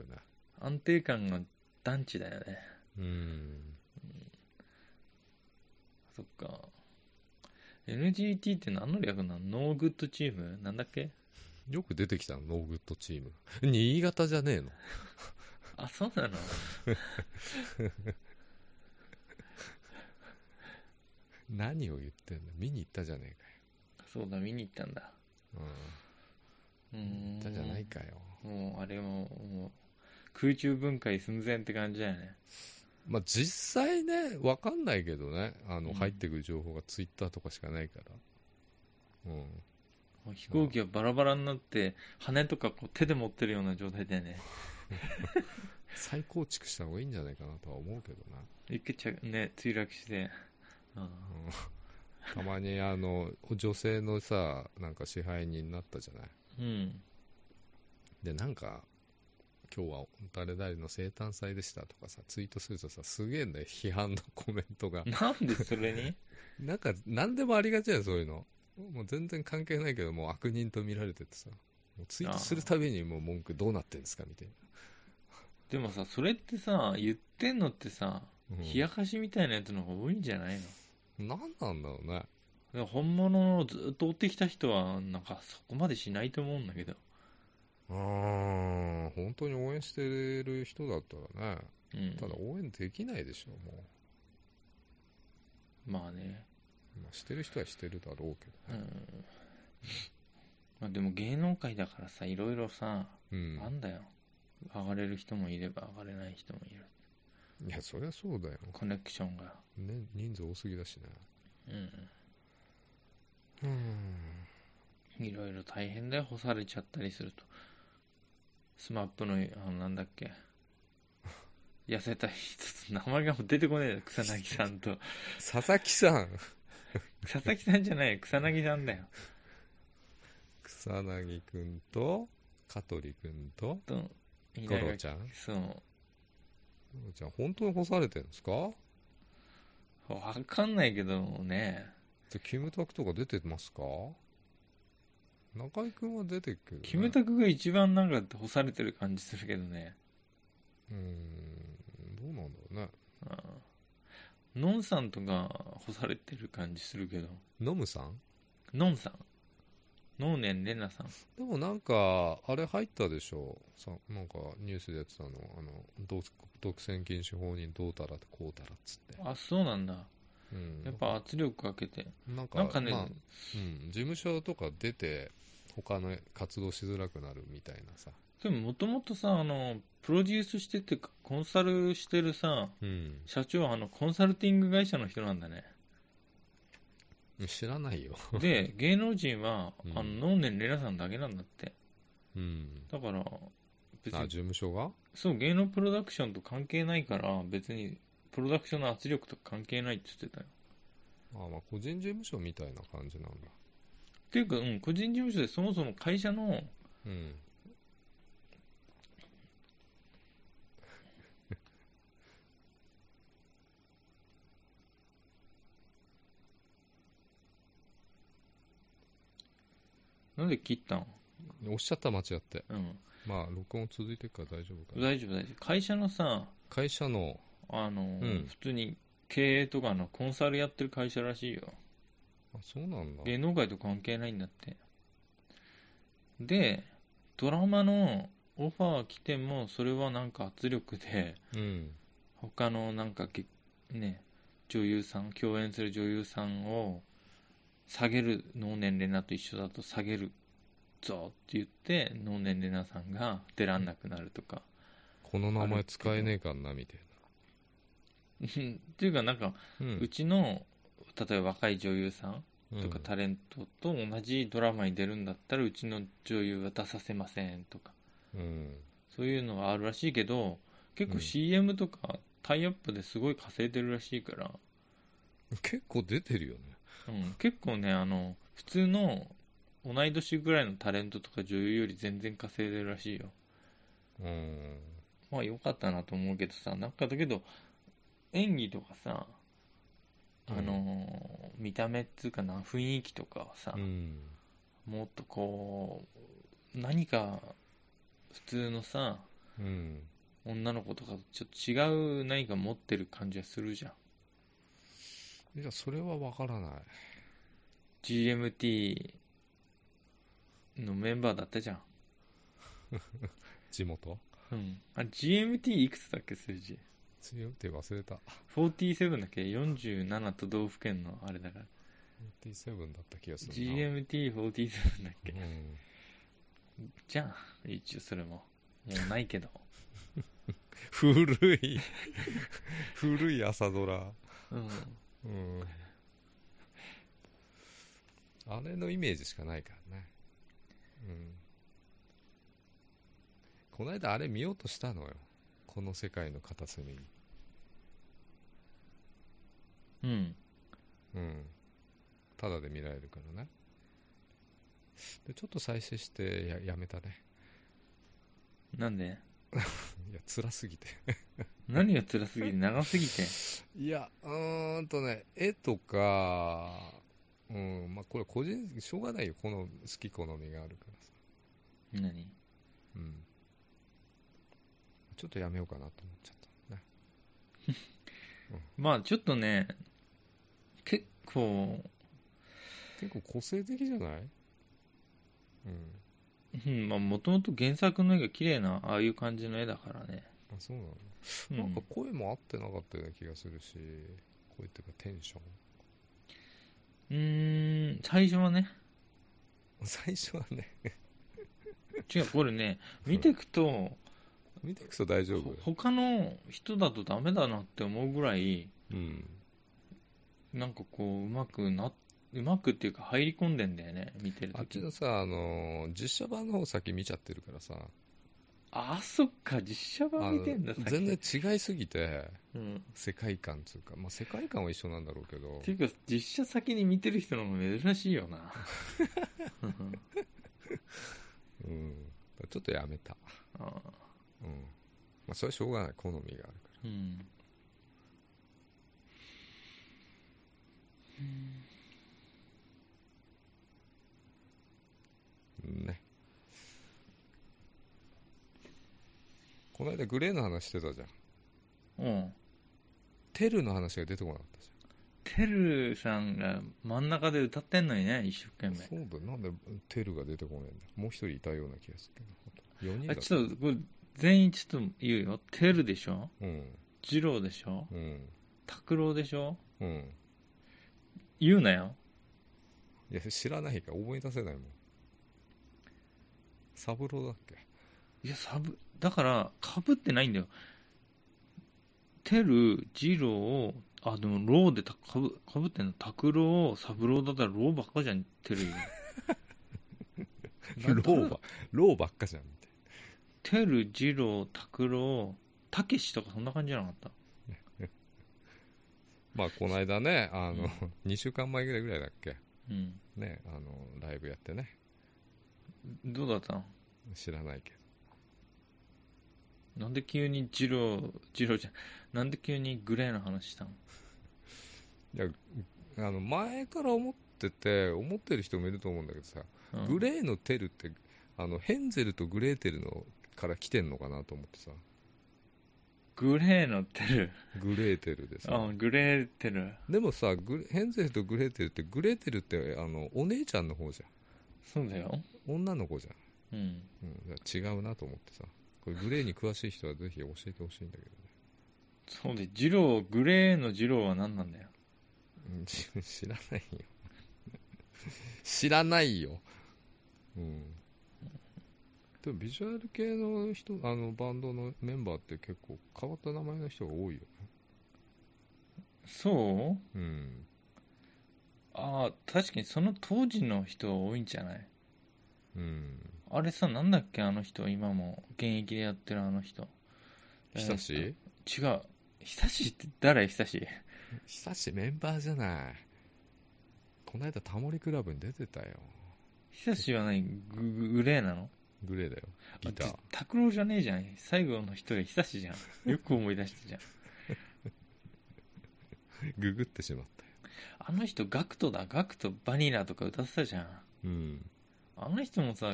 S1: 安定感が団地だよね
S2: うん
S1: そっか NGT って何の略なのノーグッドチームなんだっけ
S2: よく出てきたのノーグッドチーム 新潟じゃね えの
S1: あそうなの
S2: 何を言ってんの見に行ったじゃね
S1: そうだ見に行ったんだ
S2: え
S1: うー
S2: かよ、うん、行
S1: ん
S2: ったじゃないかよ
S1: もうあれももう空中分解寸前って感じだよね
S2: まあ、実際ね、わかんないけどね、あの
S1: うん
S2: 入ってくる情報がツイッターとかしかないから、うん、
S1: もう飛行機がバラバラになって羽とかこう手で持ってるような状態だよね
S2: 再構築した方がいいんじゃないかなとは思うけどな、
S1: 一回ちゃね墜落してうん
S2: うん、たまにあの女性のさ、なんか支配人になったじゃない、
S1: うん
S2: で、なんか、今日は誰々の生誕祭でしたとかさ、ツイートするとさ、すげえね、批判のコメントが、
S1: なんでそれに
S2: なんか、なんでもありがちだよ、そういうの。もう全然関係ないけど、もう悪人と見られててさ、もうツイートするたびに、もう文句どうなってんですかみたいな。
S1: でもさそれってさ言ってんのってさ
S2: うん
S1: 冷やかしみたいなやつの方が多いんじゃないの
S2: 何なんだろうね
S1: でも本物をずっと追ってきた人はなんかそこまでしないと思うんだけど
S2: うーん本当に応援してる人だったらね
S1: うん
S2: ただ応援できないでしょも
S1: まあね
S2: う、まあ、してる人はしてるだろうけ
S1: う
S2: どね
S1: んまあでも芸能界だからさいろいろさ
S2: うん
S1: あんだよ上がれる人もいれば上がれない人もいる
S2: いやそりゃそうだよ、
S1: コネクションが
S2: ね、人数多すぎだしね
S1: うん
S2: うん
S1: いろいろ大変だよ干されちゃったりするとスマップのあのなんだっけ痩せた人名前がもう出てこねえよ草薙さんと
S2: 佐々木さん
S1: 佐々木さんじゃないよ草薙さんだよ
S2: 草薙くんと香取くんと
S1: と
S2: 五
S1: 稲
S2: 郎
S1: 垣
S2: ちゃん五
S1: そう
S2: 郎ちゃん本当に干されてるんですか
S1: わかんないけどね
S2: じゃあキムタクとか出てますか中井くんは出てくる、ね、
S1: キムタクが一番なんか干されてる感じするけどね。
S2: うーんどうなんだろうね
S1: うんノンさんとか干されてる感じするけど。
S2: ノムさん
S1: ノンさん。ノーネンレナさん。
S2: でもなんかあれ入ったでしょさなんかニュースでやってたのあの独独占禁止法にどうたらこうたらっつって、
S1: あ、そうなんだ。
S2: うん、
S1: やっぱ圧力かけて。
S2: なんか
S1: なんかね、
S2: まあうん、事務所とか出て他の活動しづらくなるみたいなさ、
S1: でももともとさ、あの、プロデュースしててか、コンサルしてるさ、
S2: うん、
S1: 社長はあの、コンサルティング会社の人なんだね。
S2: 知らないよ、
S1: で、芸能人は、
S2: うん
S1: あの、ノーネンレナさんだけなんだって。
S2: うん、
S1: だから、別
S2: あ
S1: に
S2: 事務所が
S1: そう、芸能プロダクションと関係ないから、別に、プロダクションの圧力とか関係ないって言ってたよ。
S2: あまあ個人事務所みたいな感じなんだ
S1: っていうか、うん、個人事務所でそもそも会社の、
S2: うん
S1: なんで切ったん
S2: おっしゃった間違って
S1: うん。
S2: まあ録音続いてるから大丈夫かな
S1: 大丈夫、大丈夫。会社のさ、
S2: 会社の
S1: あの、
S2: ん
S1: 普通に経営とかのコンサルやってる会社らしいよ。
S2: あそうなんだ
S1: 芸能界と関係ないんだって。で、ドラマのオファー来ても、それはなんか圧力で、
S2: うん
S1: 他のなんかげね女優さん共演する女優さんを下げる能年齢なと一緒だと下げるぞって言って能年齢なさんが出らんなくなるとか
S2: この名前使えねえかなみたい
S1: っていうかなんか、
S2: な、う
S1: うんちの例えば若い女優さん
S2: うん、
S1: とかタレントと同じドラマに出るんだったらうちの女優は出させませんとか
S2: うん
S1: そういうのがあるらしいけど結
S2: う
S1: 構
S2: ん
S1: CM とかタイアップですごい稼いでるらしいから、
S2: 結構出てるよね
S1: うん、結構ねあの普通の同い年ぐらいのタレントとか女優より全然稼いでるらしいよ
S2: うん
S1: まあ良かったなと思うけどさなんかだけど演技とかさあのー見た目っつうかな雰囲気とかはさ、
S2: うん
S1: もっとこう何か普通のさ
S2: うん
S1: 女の子とかとちょっと違う何か持ってる感じがするじゃん
S2: いやそれはわからない
S1: GMT のメンバーだったじゃん
S2: 地元
S1: うん、あ GMT いくつだっけ数字
S2: 強いって忘れた
S1: 47だっけ47都道府県のあれだから
S2: 47だった気がするな
S1: GMT47 だっ
S2: う
S1: け
S2: ん
S1: じゃあ一応それももうないけど
S2: 古い 古い朝ドラ
S1: うん
S2: うんあれのイメージしかないからねうんこの間あれ見ようとしたのよこの世界の片隅に
S1: うん
S2: うんただで見られるからねでちょっと再生してややめたね
S1: なんで
S2: いや辛すぎて
S1: 何が辛すぎて長すぎて
S2: いや、うーんとね、絵とか、うん、まあこれ個人、しょうがないよ、この好き好みがあるからさ。
S1: 何
S2: うん。ちょっとやめようかなと思っちゃったね。
S1: まあちょっとね結構、
S2: 結構個性的じゃないうん。
S1: うん、まあもともと原作の絵が綺麗なああいう感じの絵だからね、
S2: あ、そうなの、
S1: うん、
S2: なんか声も合ってなかったような気がするし、声っていうかテンション。
S1: うーん最初はね
S2: 最初はね、
S1: 違うこれね見てくと
S2: 見てくと大丈夫
S1: ほ。他の人だとダメだなって思うぐらい
S2: うん。
S1: なんかこううまくなうまくっていうか入り込んでんだよね見てる
S2: あっち
S1: 時
S2: のさ、あのー実写版の方先見ちゃってるからさ、
S1: ああそっか実写
S2: あ
S1: 版見てんだ
S2: の
S1: さっき
S2: 全然違いすぎて、
S1: うん、
S2: 世界観つうか、まあ、世界観は一緒なんだろうけど
S1: っていうか実写先に見てる人の方が珍しいよ な
S2: うん、ちょっとやめた、
S1: ああ
S2: うんまあ、それはしょうがない好みがあるか
S1: うん
S2: この間グレーの話してたじゃん
S1: うん。
S2: テルの話が出てこなかったじ
S1: てるさんが真ん中で歌ってんのにね、一生
S2: ゃん
S1: 懸命。
S2: そうだなんでテルが出てこないんだもう一人いたような気がするけど4人だ
S1: あ、
S2: った
S1: ちょっと、これ、全員ちょっと言うよ。てるでしょ
S2: うん
S1: 次郎でしょ
S2: うん
S1: 拓郎でしょ
S2: うん
S1: 言うなよ。
S2: いや知らないから思い出せないもんサブローだっけ
S1: いや、サブ、だから、かぶってないんだよ。てる、次郎、あ、でも、ローでたかぶ、かぶってんの。拓郎、サブローだったら、ローばっかじゃん、てるよ
S2: 。ローばローばっかじゃんみたい
S1: テル、ジロー、タクロー、たけしとかそんな感じじゃなかった
S2: なまあこの間ねあの、2週間前ぐらいぐらいだっけ
S1: うん。
S2: ねあのライブやってね
S1: どうだったの
S2: 知らないけど
S1: なんで急にジロー、ジローじゃん、なんで急にグレーの話したの
S2: いやあの前から思ってて思ってる人もいると思うんだけどさ、
S1: うん
S2: グレーのテルってあのヘンゼルとグレーテルのから来てんのかなと思ってさ
S1: グレーのテル。
S2: グレーテルでさ
S1: あ、グレーテル。
S2: でもさグレヘンゼルとグレーテルってグレーテルってあのお姉ちゃんの方じ
S1: そうだよ。
S2: ゃん女の子じゃん
S1: うん。
S2: うん、だから違うなと思ってさこれグレーに詳しい人はぜひ教えてほしいんだけど
S1: そうで、ジロー、グレーのジローは何なんだよ。
S2: ね知らないよ 知らないようんでもビジュアル系の人あのバンドのメンバーって結構変わった名前の人が多いよね
S1: そう
S2: うん
S1: ああ、確かにその当時の人は多いんじゃない
S2: うん
S1: あれさ、なんだっけ、あの人、今も、現役でやってるあの人。
S2: 久し、
S1: えー違う。久しって誰久し
S2: 久しメンバーじゃないこの間タモリクラブに出てたよ
S1: 久しは何グググレーなの
S2: グレーだよギター
S1: あじ拓郎じゃねえじゃん最後の一人久しじゃんよく思い出したじゃん
S2: ググってしまったよ
S1: あの人ガクトだガクトバニラとか歌ってたじゃん
S2: うん
S1: あの人もさ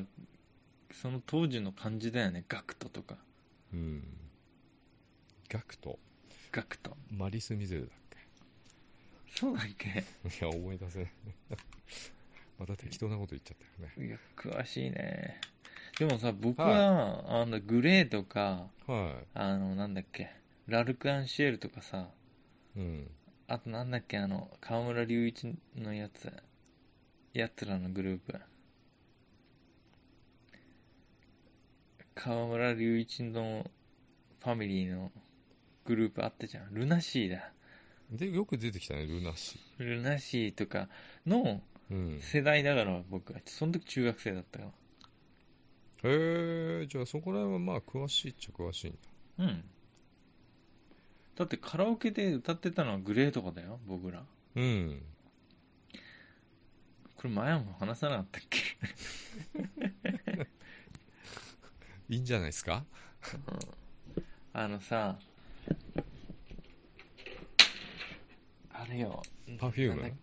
S1: その当時の感じだよねガクトとか
S2: うんガクト
S1: ガクト
S2: マリス・ミゼルだっけ
S1: そうだっけ
S2: いや、思い出せない。 また適当なこと言っちゃったよね。
S1: いや詳しいねでもさ僕は、あのグレーとか
S2: は
S1: あのなんだっけラルク・アンシエルとかさ
S2: い。うん。
S1: あとなんだっけあの河村隆一のやつやつらのグループ河村隆一のファミリーのグループあったじゃんルナシーだ
S2: で、よく出てきたね、ルナシ
S1: ルナシーとかの
S2: ー。うん。へ
S1: 世代だから僕はその時中学生だったか
S2: え、じゃあそこら辺はまあ、詳しいっちゃ詳しいんだ。
S1: らうんだってカラオケで歌ってたのはグレーとかだよ僕ら
S2: うん。
S1: これ前も話さなかったっけ
S2: いいんじゃないですか
S1: あのさあれよ
S2: パフュー
S1: なんだっ
S2: ム
S1: け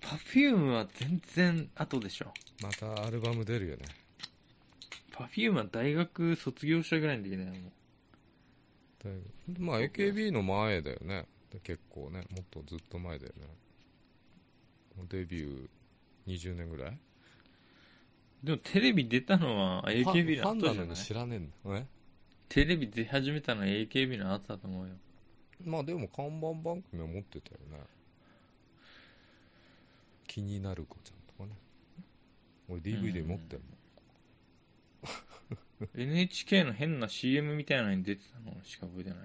S1: パフュームは全然後でしょ
S2: またアルバム出るよね。
S1: パフュームは大学卒業したぐらいの時だよもう
S2: だいぶまあ、AKB の前だよね。で結構ね、もっとずっと前だよね。もうデビュー20年ぐらい
S1: でもテレビ出たのは AKB
S2: フ
S1: の
S2: ァンファ
S1: 後
S2: ン
S1: じ
S2: な
S1: ゃ
S2: の
S1: な
S2: に
S1: い
S2: 知らねえんだ。ね。
S1: テレビ出始めたのは AKB の後だと思うよ
S2: まあでも看板番組は持ってたよね気になる子ちゃんとかね俺 DVD 持ってるもん
S1: NHK の変な CM みたいなのに出てたのしか覚えてないな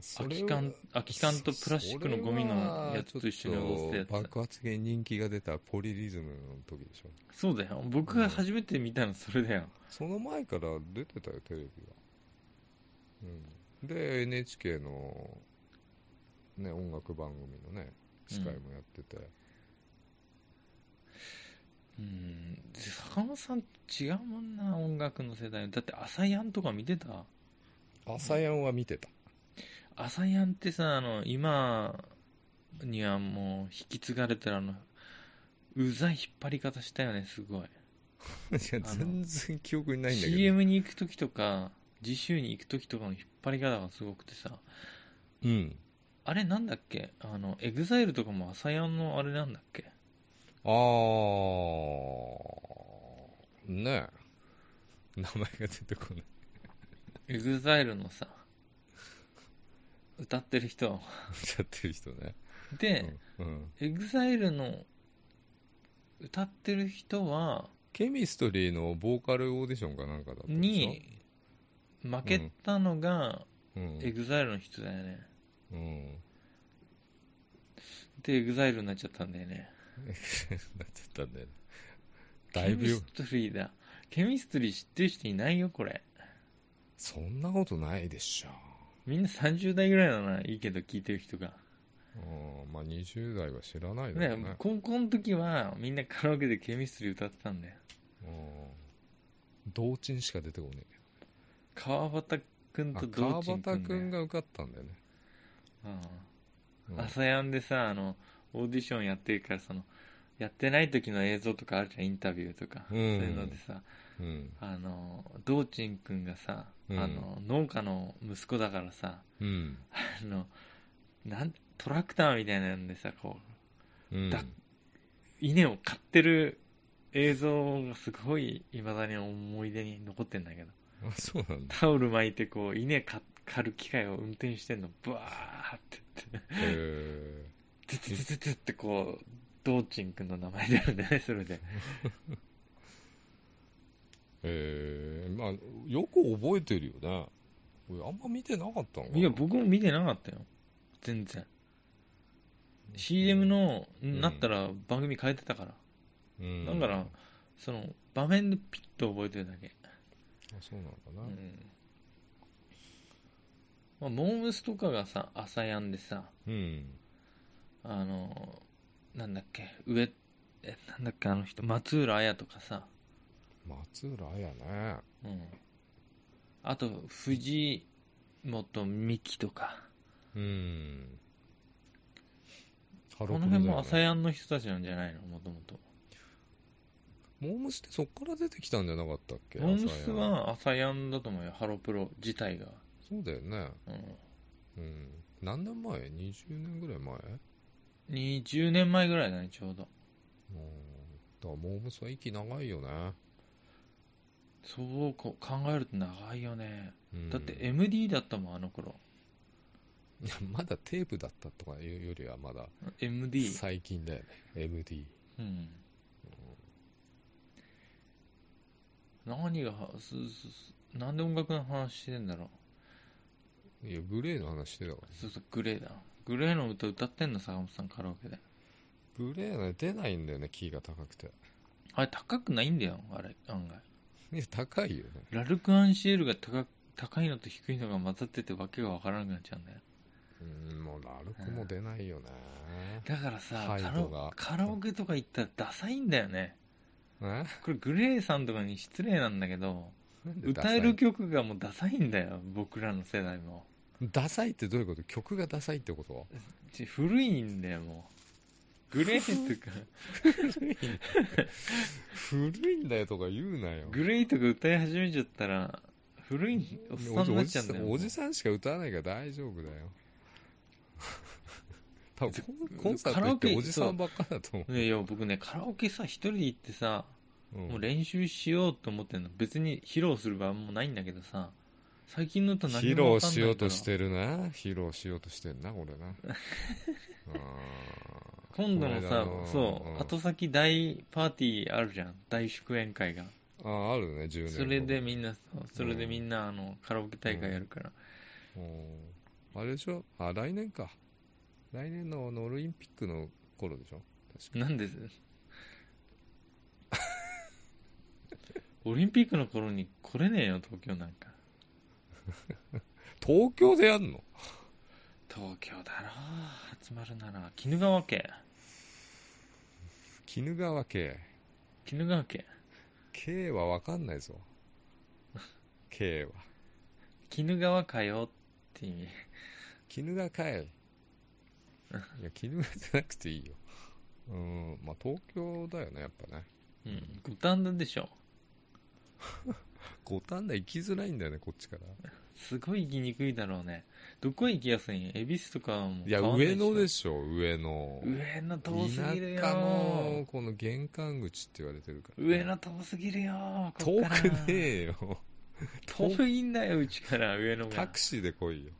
S2: そ
S1: 空き缶空き缶とプラスチックのゴミのやつと一緒に踊って
S2: それはちょ
S1: た
S2: っ
S1: やつ
S2: と爆発芸人気が出たポリリズムの時でしょ
S1: そうだよ僕が初めて見たのそれだよ
S2: その前から出てたよテレビが、うん、で NHK の、ね、音楽番組のね司会もやってて、
S1: うんで坂本さん違うもんな音楽の世代だって朝やんとか見てた
S2: 朝やんは見てた
S1: 朝やんってさあの今にはもう引き継がれてるあのうざい引っ張り方したよねすごい
S2: いや
S1: あの
S2: 全然記憶にないんだけど、
S1: CM に行く時とか次週に行く時とかの引っ張り方がすごくてさ
S2: うん
S1: あれなんだっけあのエグザイルとかも朝やんのあれなんだっけ
S2: あーねえ名前が出てこない
S1: エグザイルのさ歌ってる人
S2: 歌ってる人ね、
S1: で、
S2: うんうん、
S1: エグザイルの歌ってる人は
S2: ケミストリーのボーカルオーディションかなんかだったでしょ
S1: に負けたのが
S2: うん
S1: エグザイルの人だよね、
S2: うん、
S1: でエグザイルになっちゃったんだよね
S2: なっちゃったんだよねだいぶ
S1: ケ
S2: よ
S1: ミストリーだケミストリー知ってる人いないよこれ
S2: そんなことないでしょ
S1: みんな30代ぐらいならいいけど聞いてる人が、
S2: うんまあ20代は知らないだろうね
S1: ね、高校の時はみんなカラオケでケミストリー歌ってたんだよ
S2: うん同鎮しか出てこねえ
S1: 川端くん
S2: あ
S1: と同
S2: 川
S1: 時に
S2: 端くん
S1: が、
S2: が受かったんだよね、
S1: うん、
S2: うん
S1: 朝やんでさあのオーディションやってるからそのやってない時の映像とかあるじゃんインタビューとか、
S2: う
S1: そ
S2: ん
S1: ういうのでさ
S2: うん
S1: あの道珍くんがさ、
S2: うん
S1: あの農家の息子だからさ
S2: うん
S1: あのなんトラクターみたいなんでさこう
S2: うん
S1: だ稲を刈ってる映像がすごいいまだに思い出に残ってんだけど
S2: あそうなんだ
S1: タオル巻いてこう稲か刈る機械を運転してんのブワーって言って
S2: へえ
S1: ツツツツツってこうドーチンくんの名前出るんだよねそれで
S2: えー、まあよく覚えてるよね俺あんま見てなかったのかない
S1: や僕も見てなかったよ全然 CM の
S2: ん
S1: なったら番組変えてたから、
S2: うん
S1: だか
S2: あ
S1: らその場面でピッと覚えてるだけ
S2: そうなんだ
S1: う
S2: な、
S1: んまあ、モームスとかがさ朝やんでさ、
S2: うん
S1: あのなんだっけ上えなんだっけあの人松浦綾とかさ、
S2: 松浦綾ね
S1: うん、あと藤本美貴とか
S2: うんハ
S1: この辺も朝やんの人たちなんじゃないのもともと
S2: モームスってそっから出てきたんじゃなかったっけ
S1: モームス
S2: 朝やん
S1: は朝やんだと思うよハロプロ自体が、
S2: そうだよね
S1: うん、
S2: うん何年前20年ぐらい前うん
S1: 20年前ぐらいだねちょうど
S2: だからモームスは息長いよね、
S1: そうこう考えると長いよね、
S2: うん
S1: だって MD だったもんあの頃
S2: いやまだテープだったとかいうよりはまだ
S1: MD
S2: 最近だよね MD
S1: うん何がすすすなんで音楽の話してんだろう
S2: いやグレーの話してたから
S1: そうそうグレーだグレーの歌歌ってんの坂本さんカラオケで
S2: グレーの出ないんだよねキーが高くて
S1: あれ高くないんだよあれ案外
S2: いや高いよね
S1: ラルク・アンシエルが高く高いのと低いのが混ざっててわけがわからなくなっちゃうんだよ
S2: うんもうラルクも出ないよね、
S1: だからさ
S2: ハイ
S1: カ
S2: ド
S1: ラ
S2: が
S1: カラオケとか行ったらダサいんだよね
S2: え
S1: これグレーさんとかに失礼なんだけど
S2: なんでダサ
S1: 歌
S2: い
S1: える曲がもうダサいんだよ僕らの世代も
S2: ダサいってどういうこと曲がダサいってこと
S1: ち古いんだよもうグレーと か
S2: 古いんだよとか言うなよ
S1: グレーとか歌い始めちゃったら古いおっさんになっちゃうんだよも
S2: お
S1: う
S2: じさんおじさんしか歌わないから大丈 夫だよ多分コンコンサー
S1: カ
S2: ト
S1: ラ
S2: 行
S1: オ
S2: っ
S1: ケ
S2: ておじさんばっかだと思
S1: いやいや僕ねカラオケさ一人で行ってさ
S2: う、うん
S1: もう練習しようと思ってんの別に披露する場もないんだけどさ最近の歌何
S2: 披
S1: もわかんない
S2: 露し
S1: から
S2: ようとしてるな披露しようとしてんな俺な
S1: 今度も
S2: この間
S1: さ
S2: の
S1: そう、
S2: うん
S1: 後先大パーティーあるじゃん大祝宴会が
S2: あーあーあるね10年
S1: それでみん
S2: な、
S1: なそうそれでみんなあのカラオケ大会やるから、
S2: うんあれでしょあ来年か来年のあのオリンピックの頃でしょ確か
S1: なんで オリンピックの頃に来れねえよ東京なんか
S2: 東京でやんの
S1: 東京だろ集まるなら鬼怒川家
S2: 鬼怒川系
S1: 鬼怒川家
S2: K は分かんないぞ K は
S1: 鬼怒川かよって意味
S2: 絹が かいいや絹がじゃなくていいようんまあ東京だよねやっぱね
S1: ううん、五反田でしょ
S2: 五反田行きづらいんだよねこっちから
S1: すごい行きにくいだろうねどこ行きやすいん恵比寿とかはもう
S2: いや
S1: 変わんな
S2: 上野で
S1: し
S2: しょ上野
S1: ょ上野遠す
S2: 田
S1: ぎるよ
S2: 舎のこの玄関口って言われてるから
S1: 上野遠すぎるよこっ
S2: 遠
S1: から
S2: くねえよ
S1: 遠いんだようちから上野が
S2: タクシーで来いよ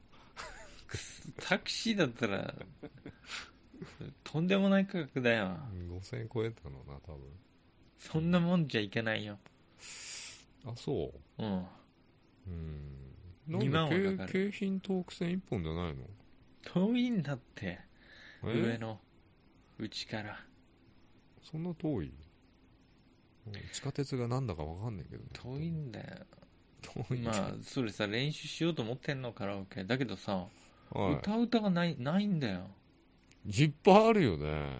S1: タクシーだったらとんでもない価格だよ
S2: 5000円超えたのな多分
S1: そんなもんじゃいけないよ
S2: あそう
S1: うん
S2: うん
S1: 二万は
S2: なん
S1: か
S2: だ
S1: か
S2: 京京浜東北線1本じゃないの
S1: 遠いんだって
S2: え
S1: 上のうちから
S2: そんな遠いうん地下鉄がなんだかわかんないけどね
S1: 遠いんだよ
S2: 遠い
S1: まあそれさ練習しようと思ってんのカラオケだけどさ、
S2: は
S1: 歌う歌がないないんだよ
S2: い、いっぱいあるよね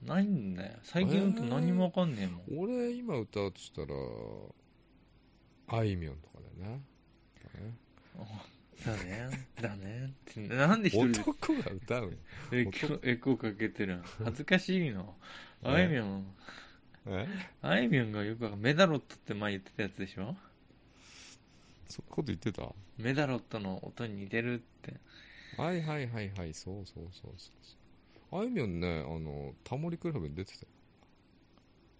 S1: ないんだよ最近の歌
S2: えー
S1: 何もわかんねえもん、
S2: 俺今歌うとしたらあいみょんとかだよね
S1: だねだねってなんで一人で
S2: 男が歌うの
S1: エコエコーかけてるの恥ずかしいの
S2: え
S1: あいみょん
S2: え
S1: あいみょんがよくわかんメダロットって前言ってたやつでしょ
S2: そんなこと言ってた
S1: メダロットの音に似てるって
S2: はいはいはいはいそうそうそうそうそうあいみょんねあのタモリクラブに出てたよ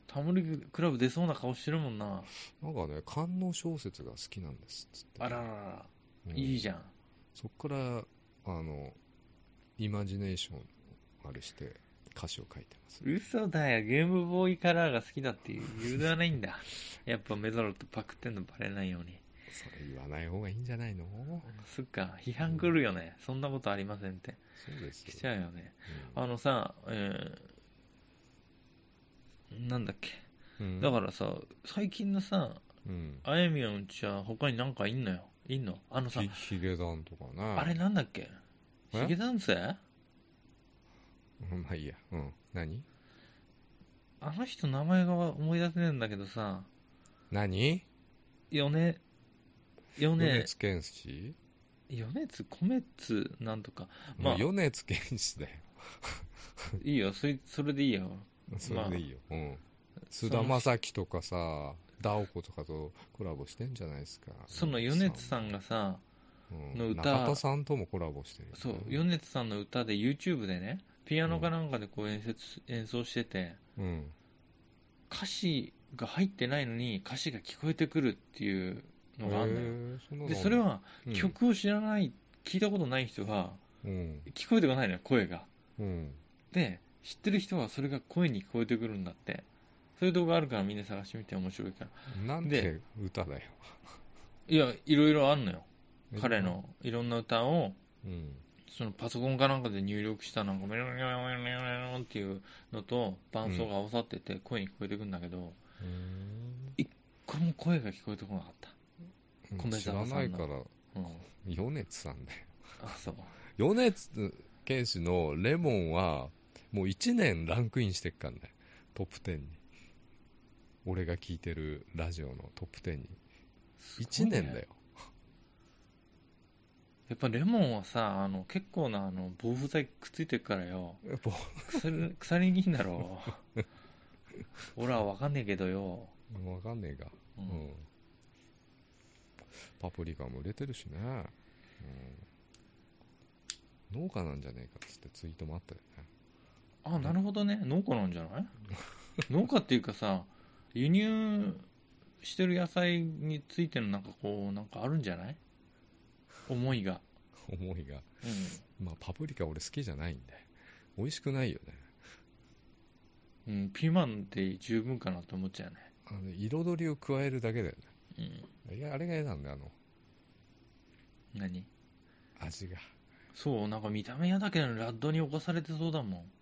S1: タモリクラブ出そうな顔してるもんな
S2: なんかね官能小説が好きなんですっつって
S1: あららら
S2: うん
S1: いいじゃん
S2: そっからあのイマジネーションをあれして歌詞を書いてます
S1: 嘘だよゲームボーイカラーが好きだって言わないんだ やっぱメダロットパクってんのバレないように
S2: それ言わない方がいいんじゃないの
S1: そっか批判来るよねそんなことありませんって
S2: そうです
S1: 来ちゃうよね
S2: うん
S1: あのさえーなんだっけ
S2: うん
S1: だからさ最近のさ
S2: うん
S1: あやみょんちゃん他になんかいんのよいんのあのさ
S2: ひヒゲダンとかな
S1: あれなんだっけ
S2: え
S1: ヒゲダンス
S2: うんまあいいやうん何
S1: あの人名前が思い出せねえんだけどさ
S2: 何
S1: 米米
S2: 米津玄師
S1: 米津米津なんと かま
S2: も
S1: あ
S2: う米津玄師だよ
S1: いいよそれそれでいいよ
S2: それでいいよ、うん菅田将暉とかさダオコとかとコラボしてんじゃないですか
S1: その米津さんがさ
S2: うん
S1: の歌
S2: 中田さんともコラボしてるよね
S1: そう米津さんの歌で YouTube でねピアノかなんかでこう演説演奏してて
S2: うん
S1: 歌詞が入ってないのに歌詞が聞こえてくるっていうのがあるのよ
S2: へえそんなのあん
S1: で
S2: だ
S1: それは
S2: うん
S1: 曲を知らない、聞いたことない人が
S2: うん
S1: 聞こえてこないのよ声が
S2: うん
S1: で知ってる人はそれが声に聞こえてくるんだってそういう動画あるからみんな探してみて面白いから
S2: なんて歌だよ
S1: いやいろいろあんのよ
S2: え
S1: 彼のいろんな歌を
S2: うん
S1: そのパソコンかなんかで入力したなんかメロメロメロメロメロっていうのと伴奏が合わさってて声に聞こえてくるんだけど、
S2: うん
S1: この声が聞こえてこなかった、米
S2: 知
S1: 沢
S2: ら
S1: さ
S2: ない
S1: んの
S2: から
S1: うん、
S2: 米津さんだよ
S1: あそう
S2: 米津玄師の「レモン」はもう1年ランクインしてっからねトップ10に俺が聞いてるラジオのトップ10に
S1: 一
S2: 1年だよ
S1: やっぱレモンはさあの結構なあの防腐剤くっついてるからよ
S2: やっぱ
S1: 腐腐りにいいんだろう俺は分かんねえけどよ、
S2: 分かんねえが
S1: うん
S2: うんパプリカも売れてるしね、うん、農家なんじゃねえかっつってツイートもあったよね
S1: あなるほどね農家なんじゃ ない農家っていうかさ輸入してる野菜についてのなんかこうなんかあるんじゃない思いが、
S2: 思いが
S1: う
S2: まあパプリカ俺好きじゃないんで美味しくないよね
S1: んうん、ピーマンで十分かなと思っちゃうね、
S2: あの彩りを加えるだけだよ
S1: うん、
S2: ねいやあれが嫌なんだよあの
S1: 何
S2: 味が
S1: そうなんか見た目嫌だけどラッドに侵されてそうだもん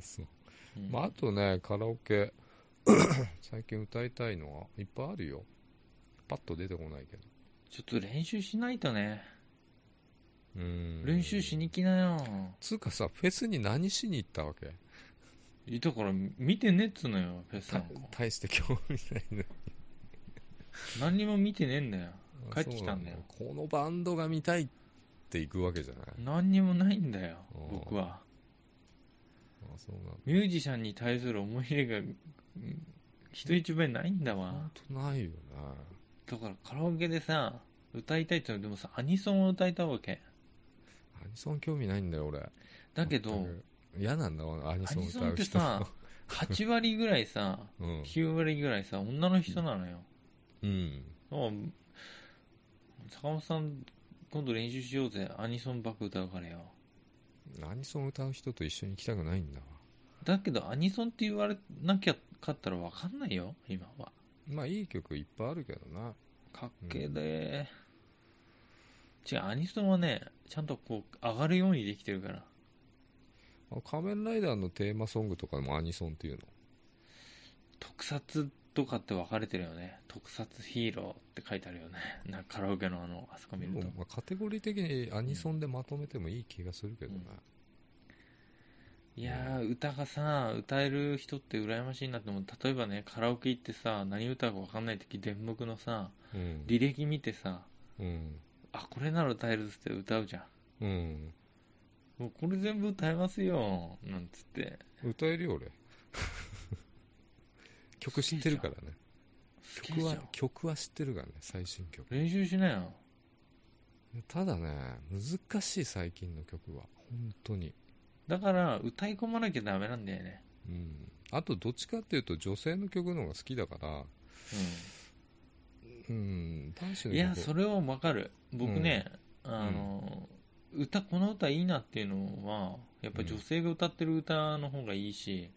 S2: そう、
S1: うん
S2: まあ、あとねカラオケ 最近歌いたいのはいっぱいあるよパッと出てこないけど
S1: ちょっと練習しないとね
S2: うーん
S1: 練習しに来なよ
S2: つうかさフェスに何しに行ったわけ
S1: いたから見てねっつうのよフェスな
S2: た
S1: んか
S2: 大して興味ないの
S1: 何にも見てねえんだよ
S2: あ
S1: 帰ってきたんだよ
S2: そうなんだこのバンドが見たいって行くわけじゃない
S1: 何にもないんだよ
S2: うん
S1: 僕は
S2: ああそうなんだ
S1: ミュージシャンに対する思い入れがうん人一倍ないんだわ、
S2: 本当ないよね
S1: だからカラオケでさ歌いたいって言うのでもさアニソンを歌いたいわけ
S2: アニソン興味ないんだよ俺
S1: だけど
S2: 全く嫌なんだわアニソン歌う人
S1: アニソンってさ8割ぐらいさ
S2: うん、
S1: 9割ぐらいさ女の人なのよ、
S2: うん、
S1: うん、坂本さん今度練習しようぜアニソンばっか歌うからよ
S2: アニソン歌う人と一緒に行きたくないんだわ
S1: だけどアニソンって言われなきゃかったら分かんないよ今は
S2: まあいい曲いっぱいあるけどな
S1: かっけえで、違うアニソンはねちゃんとこう上がるようにできてるから
S2: あ仮面ライダーのテーマソングとかもアニソンっていうの
S1: 特撮とかって分かれてるよね特撮ヒーローって書いてあるよね なんかカラオケのあのあそこ見ると
S2: でもまあカテゴリー的にアニソンでまとめてもいい気がするけどな、
S1: いやー歌がさ歌える人って羨ましいなって思う例えばねカラオケ行ってさ何歌うか分かんない時電目のさ
S2: うん
S1: 履歴見てさ
S2: うん
S1: あこれなら歌えるっつって歌うじゃん
S2: うん
S1: もうこれ全部歌えますよなんつって
S2: 歌えるよ俺 曲知ってるからね
S1: すげえ
S2: 曲
S1: じゃ
S2: は
S1: ん
S2: 曲は知ってるからね最新曲
S1: 練習しなよ
S2: ただね難しい最近の曲は本当に
S1: だから歌い込まなきゃダメなんだよね
S2: うんあとどっちかっていうと女性の曲の方が好きだからうん男
S1: う
S2: 子
S1: ん
S2: の曲
S1: いやそれは分かる僕ね、あの、歌この歌いいなっていうのはやっぱ女性が歌ってる歌の方がいいし、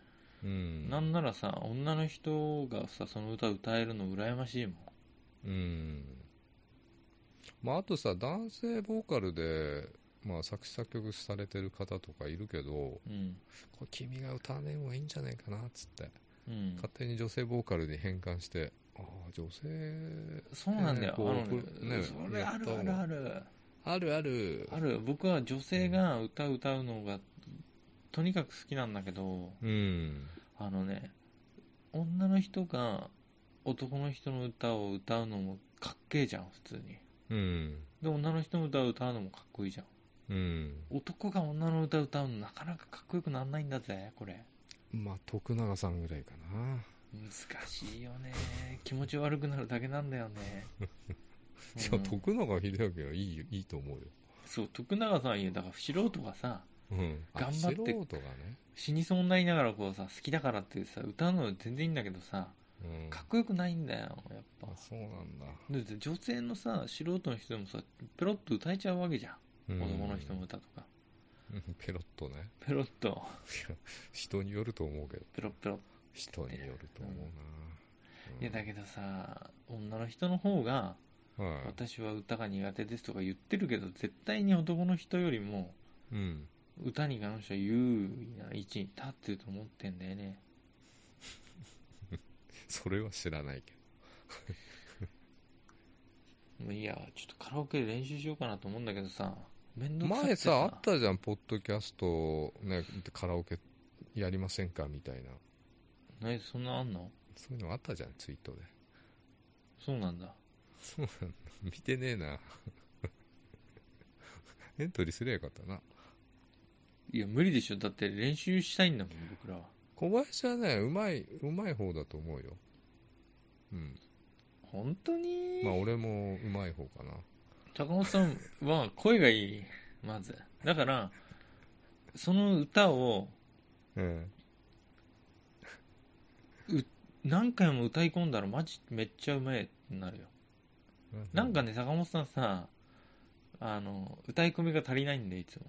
S2: うん
S1: なんならさ女の人がさその歌歌えるの羨ましいもん
S2: うんまああとさ男性ボーカルでまあ作詞作曲されてる方とかいるけどこ
S1: うん
S2: れ君が歌わねえ方がいいんじゃないかなっつって
S1: うん
S2: 勝手に女性ボーカルに変換してああ女性
S1: そうなんだよ、
S2: ねこう
S1: あのね
S2: これね
S1: それあるあ
S2: やった
S1: る
S2: わ
S1: ある
S2: あるある
S1: ある僕は女性が歌歌うのがとにかく好きなんだけど
S2: うん
S1: あのね女の人が男の人の歌を歌うのもかっけえじゃん普通に
S2: うん
S1: で女の人の歌を歌うのもかっこいいじゃん
S2: うん
S1: 男が女の歌歌うのなかなかかっこよくなんないんだぜこれ
S2: まあ徳永さんぐらいかな
S1: 難しいよね気持ち悪くなるだけなんだよね、
S2: いや
S1: うん
S2: 徳永英明はいいよいいと思うよ、
S1: そう徳永さん言うだから素人がさ
S2: うん、あ
S1: 頑張って
S2: 素人がね、
S1: 死にそうになりながらこうさ好きだからってさ歌うの全然いいんだけどさ
S2: うん、
S1: かっこよくないんだよやっぱ
S2: あそうなんだ、
S1: だって女性のさ素人の人でもさペロッと歌えちゃうわけじゃん、
S2: うん
S1: 男の人の歌とか
S2: うんペロッとね
S1: ペロッと
S2: いや 人によると思うけど
S1: ペロッペロッ
S2: 人によると思うな、うん
S1: いやだけどさ女の人の方が
S2: はい、
S1: 私は歌が苦手ですとか言ってるけど絶対に男の人よりも
S2: うん、
S1: 歌に関しては優位な位置に立ってると思ってんだよね
S2: それは知らないけど
S1: もういいやちょっとカラオケで練習しようかなと思うんだけどさ面倒くさく
S2: 前
S1: て
S2: さあったじゃんポッドキャスト、ね、カラオケやりませんかみたいな
S1: ねそんなあんの
S2: そういうのあったじゃんツイートで
S1: そうなんだ
S2: そうなんだ見てねえな エントリーすりゃよかったない
S1: や無理でしょだって練習したいんだもん僕らは
S2: 小林はねうまいうまい方だと思うようん
S1: 本当に、
S2: まあ俺もうまい方かな
S1: 高本さんは声がいいまずだからその歌を
S2: うん
S1: 何回も歌い込んだらマジめっちゃうまいってなるよなんかね坂本さんさあの歌い込みが足りないんでいつも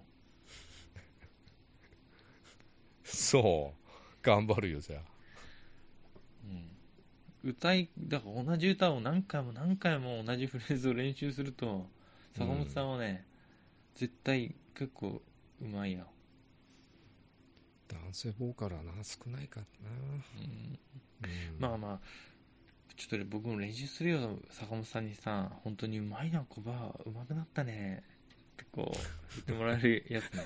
S2: そう頑張るよじゃあ
S1: うん、歌いだから同じ歌を何回も何回も同じフレーズを練習すると坂本さんはね、絶対結構うまいよ、
S2: 男性ボーカルはな少ないから
S1: うん
S2: な、
S1: まあまあちょっと僕も練習するよ坂本さんにさ本当にうまいなコバうまくなったねってこう言ってもらえるやつね、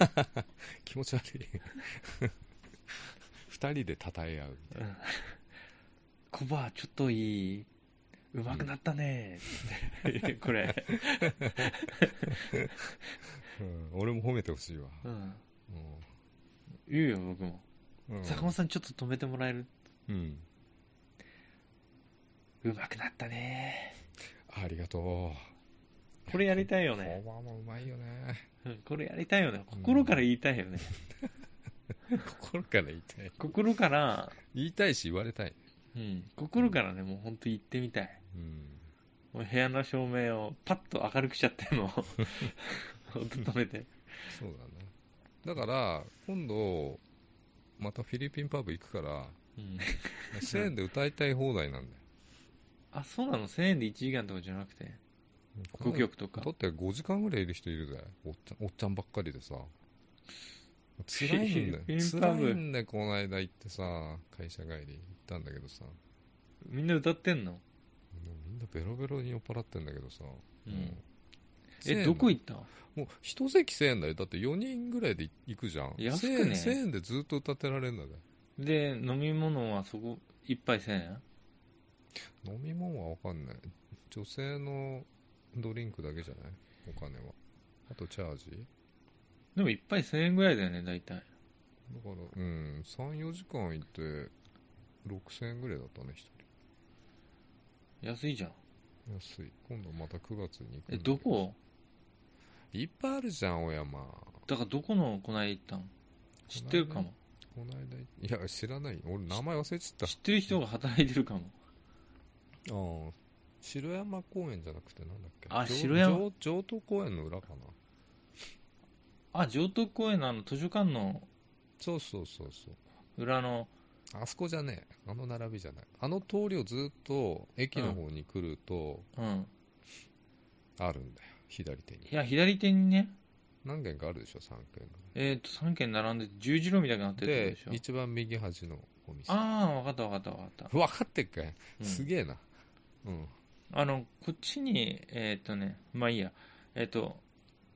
S2: 気持ち悪い二人で称え合う
S1: うん、コバちょっといいうまくなったね、ってこれ、
S2: 俺も褒めてほしいわ、
S1: うん、
S2: うん
S1: 言うよ僕も
S2: うん
S1: 坂本さんちょっと止めてもらえる
S2: うん
S1: うまくなったね
S2: ありがとう
S1: これやりたいよね
S2: こばもうまいよね
S1: うんこれやりたいよね心から言いたいよ ね、
S2: 心から言いたい
S1: 心から、
S2: 言いたいし言われたい、
S1: うん、心からねもう本当言ってみたい
S2: うん、
S1: もう部屋の照明をパッと明るくしちゃっても 音止めて
S2: そうだなだから今度またフィリピンパブ行くから
S1: うん
S2: 1000円で歌いたい放題なんだよ
S1: あそうなの1000円で1時間とかじゃなくて5曲とか
S2: だって5時間ぐらいいる人いるぜおっちゃんおっちゃんばっかり でさ辛いんだよ
S1: フィリピンパブ
S2: 辛いんだよこの間行ってさ会社帰り行ったんだけどさも
S1: みんな歌ってんの、
S2: うみんなベロベロに酔っ払ってんだけどさ、
S1: う、
S2: もうん1000
S1: え
S2: 円
S1: どこ行った
S2: もう一席1000円だよだって4人ぐらいで行くじゃん
S1: 安くね
S2: 1000円1000円でずっと歌ってられるんだぜ
S1: で飲み物はそこ一杯1000円
S2: 飲み物は分かんない女性のドリンクだけじゃないお金はあとチャージだか
S1: でも一杯1000円ぐらいだよね大体
S2: らうん34時間いて6000円ぐらいだったね1人
S1: 安いじゃん
S2: 安い今度また9月に行くんだけ
S1: えどこ
S2: いっぱいあるじゃん小山
S1: だからどこのこないだ行ったん知ってるかも
S2: この間いや知らない俺名前忘れちゃった
S1: 知ってる人が働いてるかも
S2: ああ城山公園じゃなくてなんだっけ
S1: あ
S2: 城
S1: 城山
S2: 城城東公園の裏かな
S1: あ城東公園のあの図書館の
S2: そうそうそうそう
S1: 裏の
S2: あそこじゃねえあの並びじゃないあの通りをずっと駅の方に来ると
S1: うん
S2: あるんだよ、左手に
S1: いや左手にね
S2: 何軒かあるでしょ3軒ぐ
S1: えっ、と3軒並んで十字路みたいになって
S2: らい
S1: る
S2: で
S1: でしょ
S2: 一番右端のお店
S1: ああ分かった分かった分かった、
S2: 分かってっかい、
S1: うん
S2: すげえなうん
S1: あのこっちにえっ、とねまあいいやえっ、と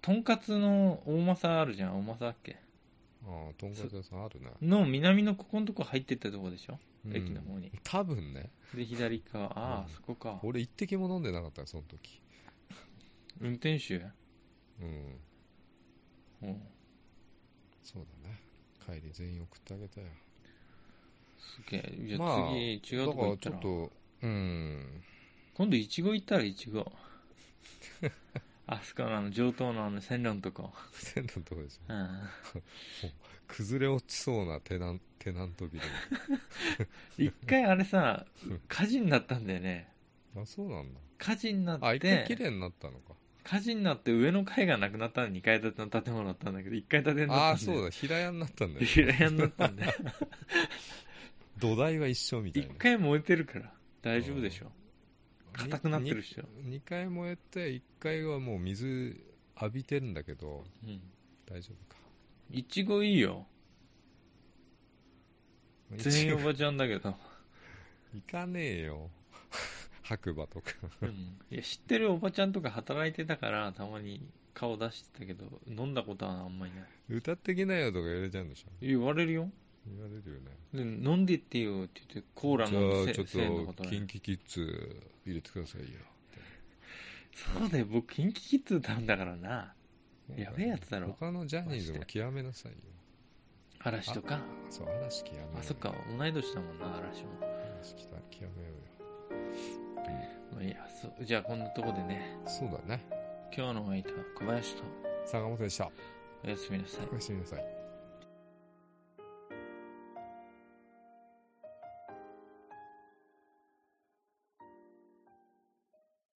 S1: とんかつの大政あるじゃん大政だっけ
S2: ああとんかつ屋さんあるね、
S1: の南のここのとこ入ってったとこでしょ、
S2: うん
S1: 駅の方に
S2: 多分ね
S1: で左側ああ、
S2: うん
S1: そこか
S2: 俺一滴も飲んでなかったよその時
S1: 運転手
S2: うん
S1: うん
S2: そうだね帰り全員送ってあげたよ
S1: すげえじゃ
S2: ま
S1: あ
S2: あ
S1: 次、違
S2: だ
S1: うと
S2: か
S1: こ行
S2: ら
S1: っ
S2: ち
S1: た
S2: ょ
S1: ら
S2: っと うん
S1: 今度いちご行ったらいちご あそこのあの上等のあの線路のとこ
S2: 線路のとこでしょ
S1: うん
S2: 崩れ落ちそうなテナンテナントビル
S1: 一回あれさ火事になったんだよね
S2: あそうなんだ
S1: 火事になっ
S2: あ一回綺
S1: て
S2: 麗になったのか
S1: 火事になって上の階がなくなったの2階建ての建物だったんだけど1階建てに
S2: あ
S1: な
S2: あ
S1: ったんだ
S2: そう
S1: よ
S2: だ平屋になったんだよ
S1: 平屋になったんだよ
S2: 土台は一緒みたい
S1: 一
S2: な
S1: 回燃えてるから大丈夫でしょ硬くなってるっ
S2: し
S1: しょ、
S2: 2回燃えて1回はもう水浴びてるんだけど
S1: うん、
S2: 大丈夫か
S1: いちごいいよ全員おばちゃんだけど、
S2: 行かねえよ 白馬とか
S1: うん、いや知ってるおばちゃんとか働いてたからたまに顔出してたけど飲んだことはあんまりない
S2: 歌ってきなよとか言われちゃうんでしょ
S1: 言われるよ
S2: 言われるよね
S1: で飲んでってよって言ってコーラ
S2: じゃ
S1: の
S2: あ
S1: せ
S2: ちょ
S1: せんのこ
S2: っ
S1: と
S2: と
S1: ね
S2: キンキキッズ入れてくださいよ
S1: そうだよ僕キンキキッズ歌うんだからなやべえやつだろ
S2: 他のジャニーズも極めなさいよ
S1: 嵐とか
S2: そう嵐極めようよ
S1: あそっか同い年だもんな嵐も
S2: 嵐きた極めようよ、
S1: まあいいやそうじゃあこんなとこでね
S2: うん、そうだね
S1: 今日のお相手は小林と
S2: 坂本でした
S1: おやすみなさい
S2: おやすみなさい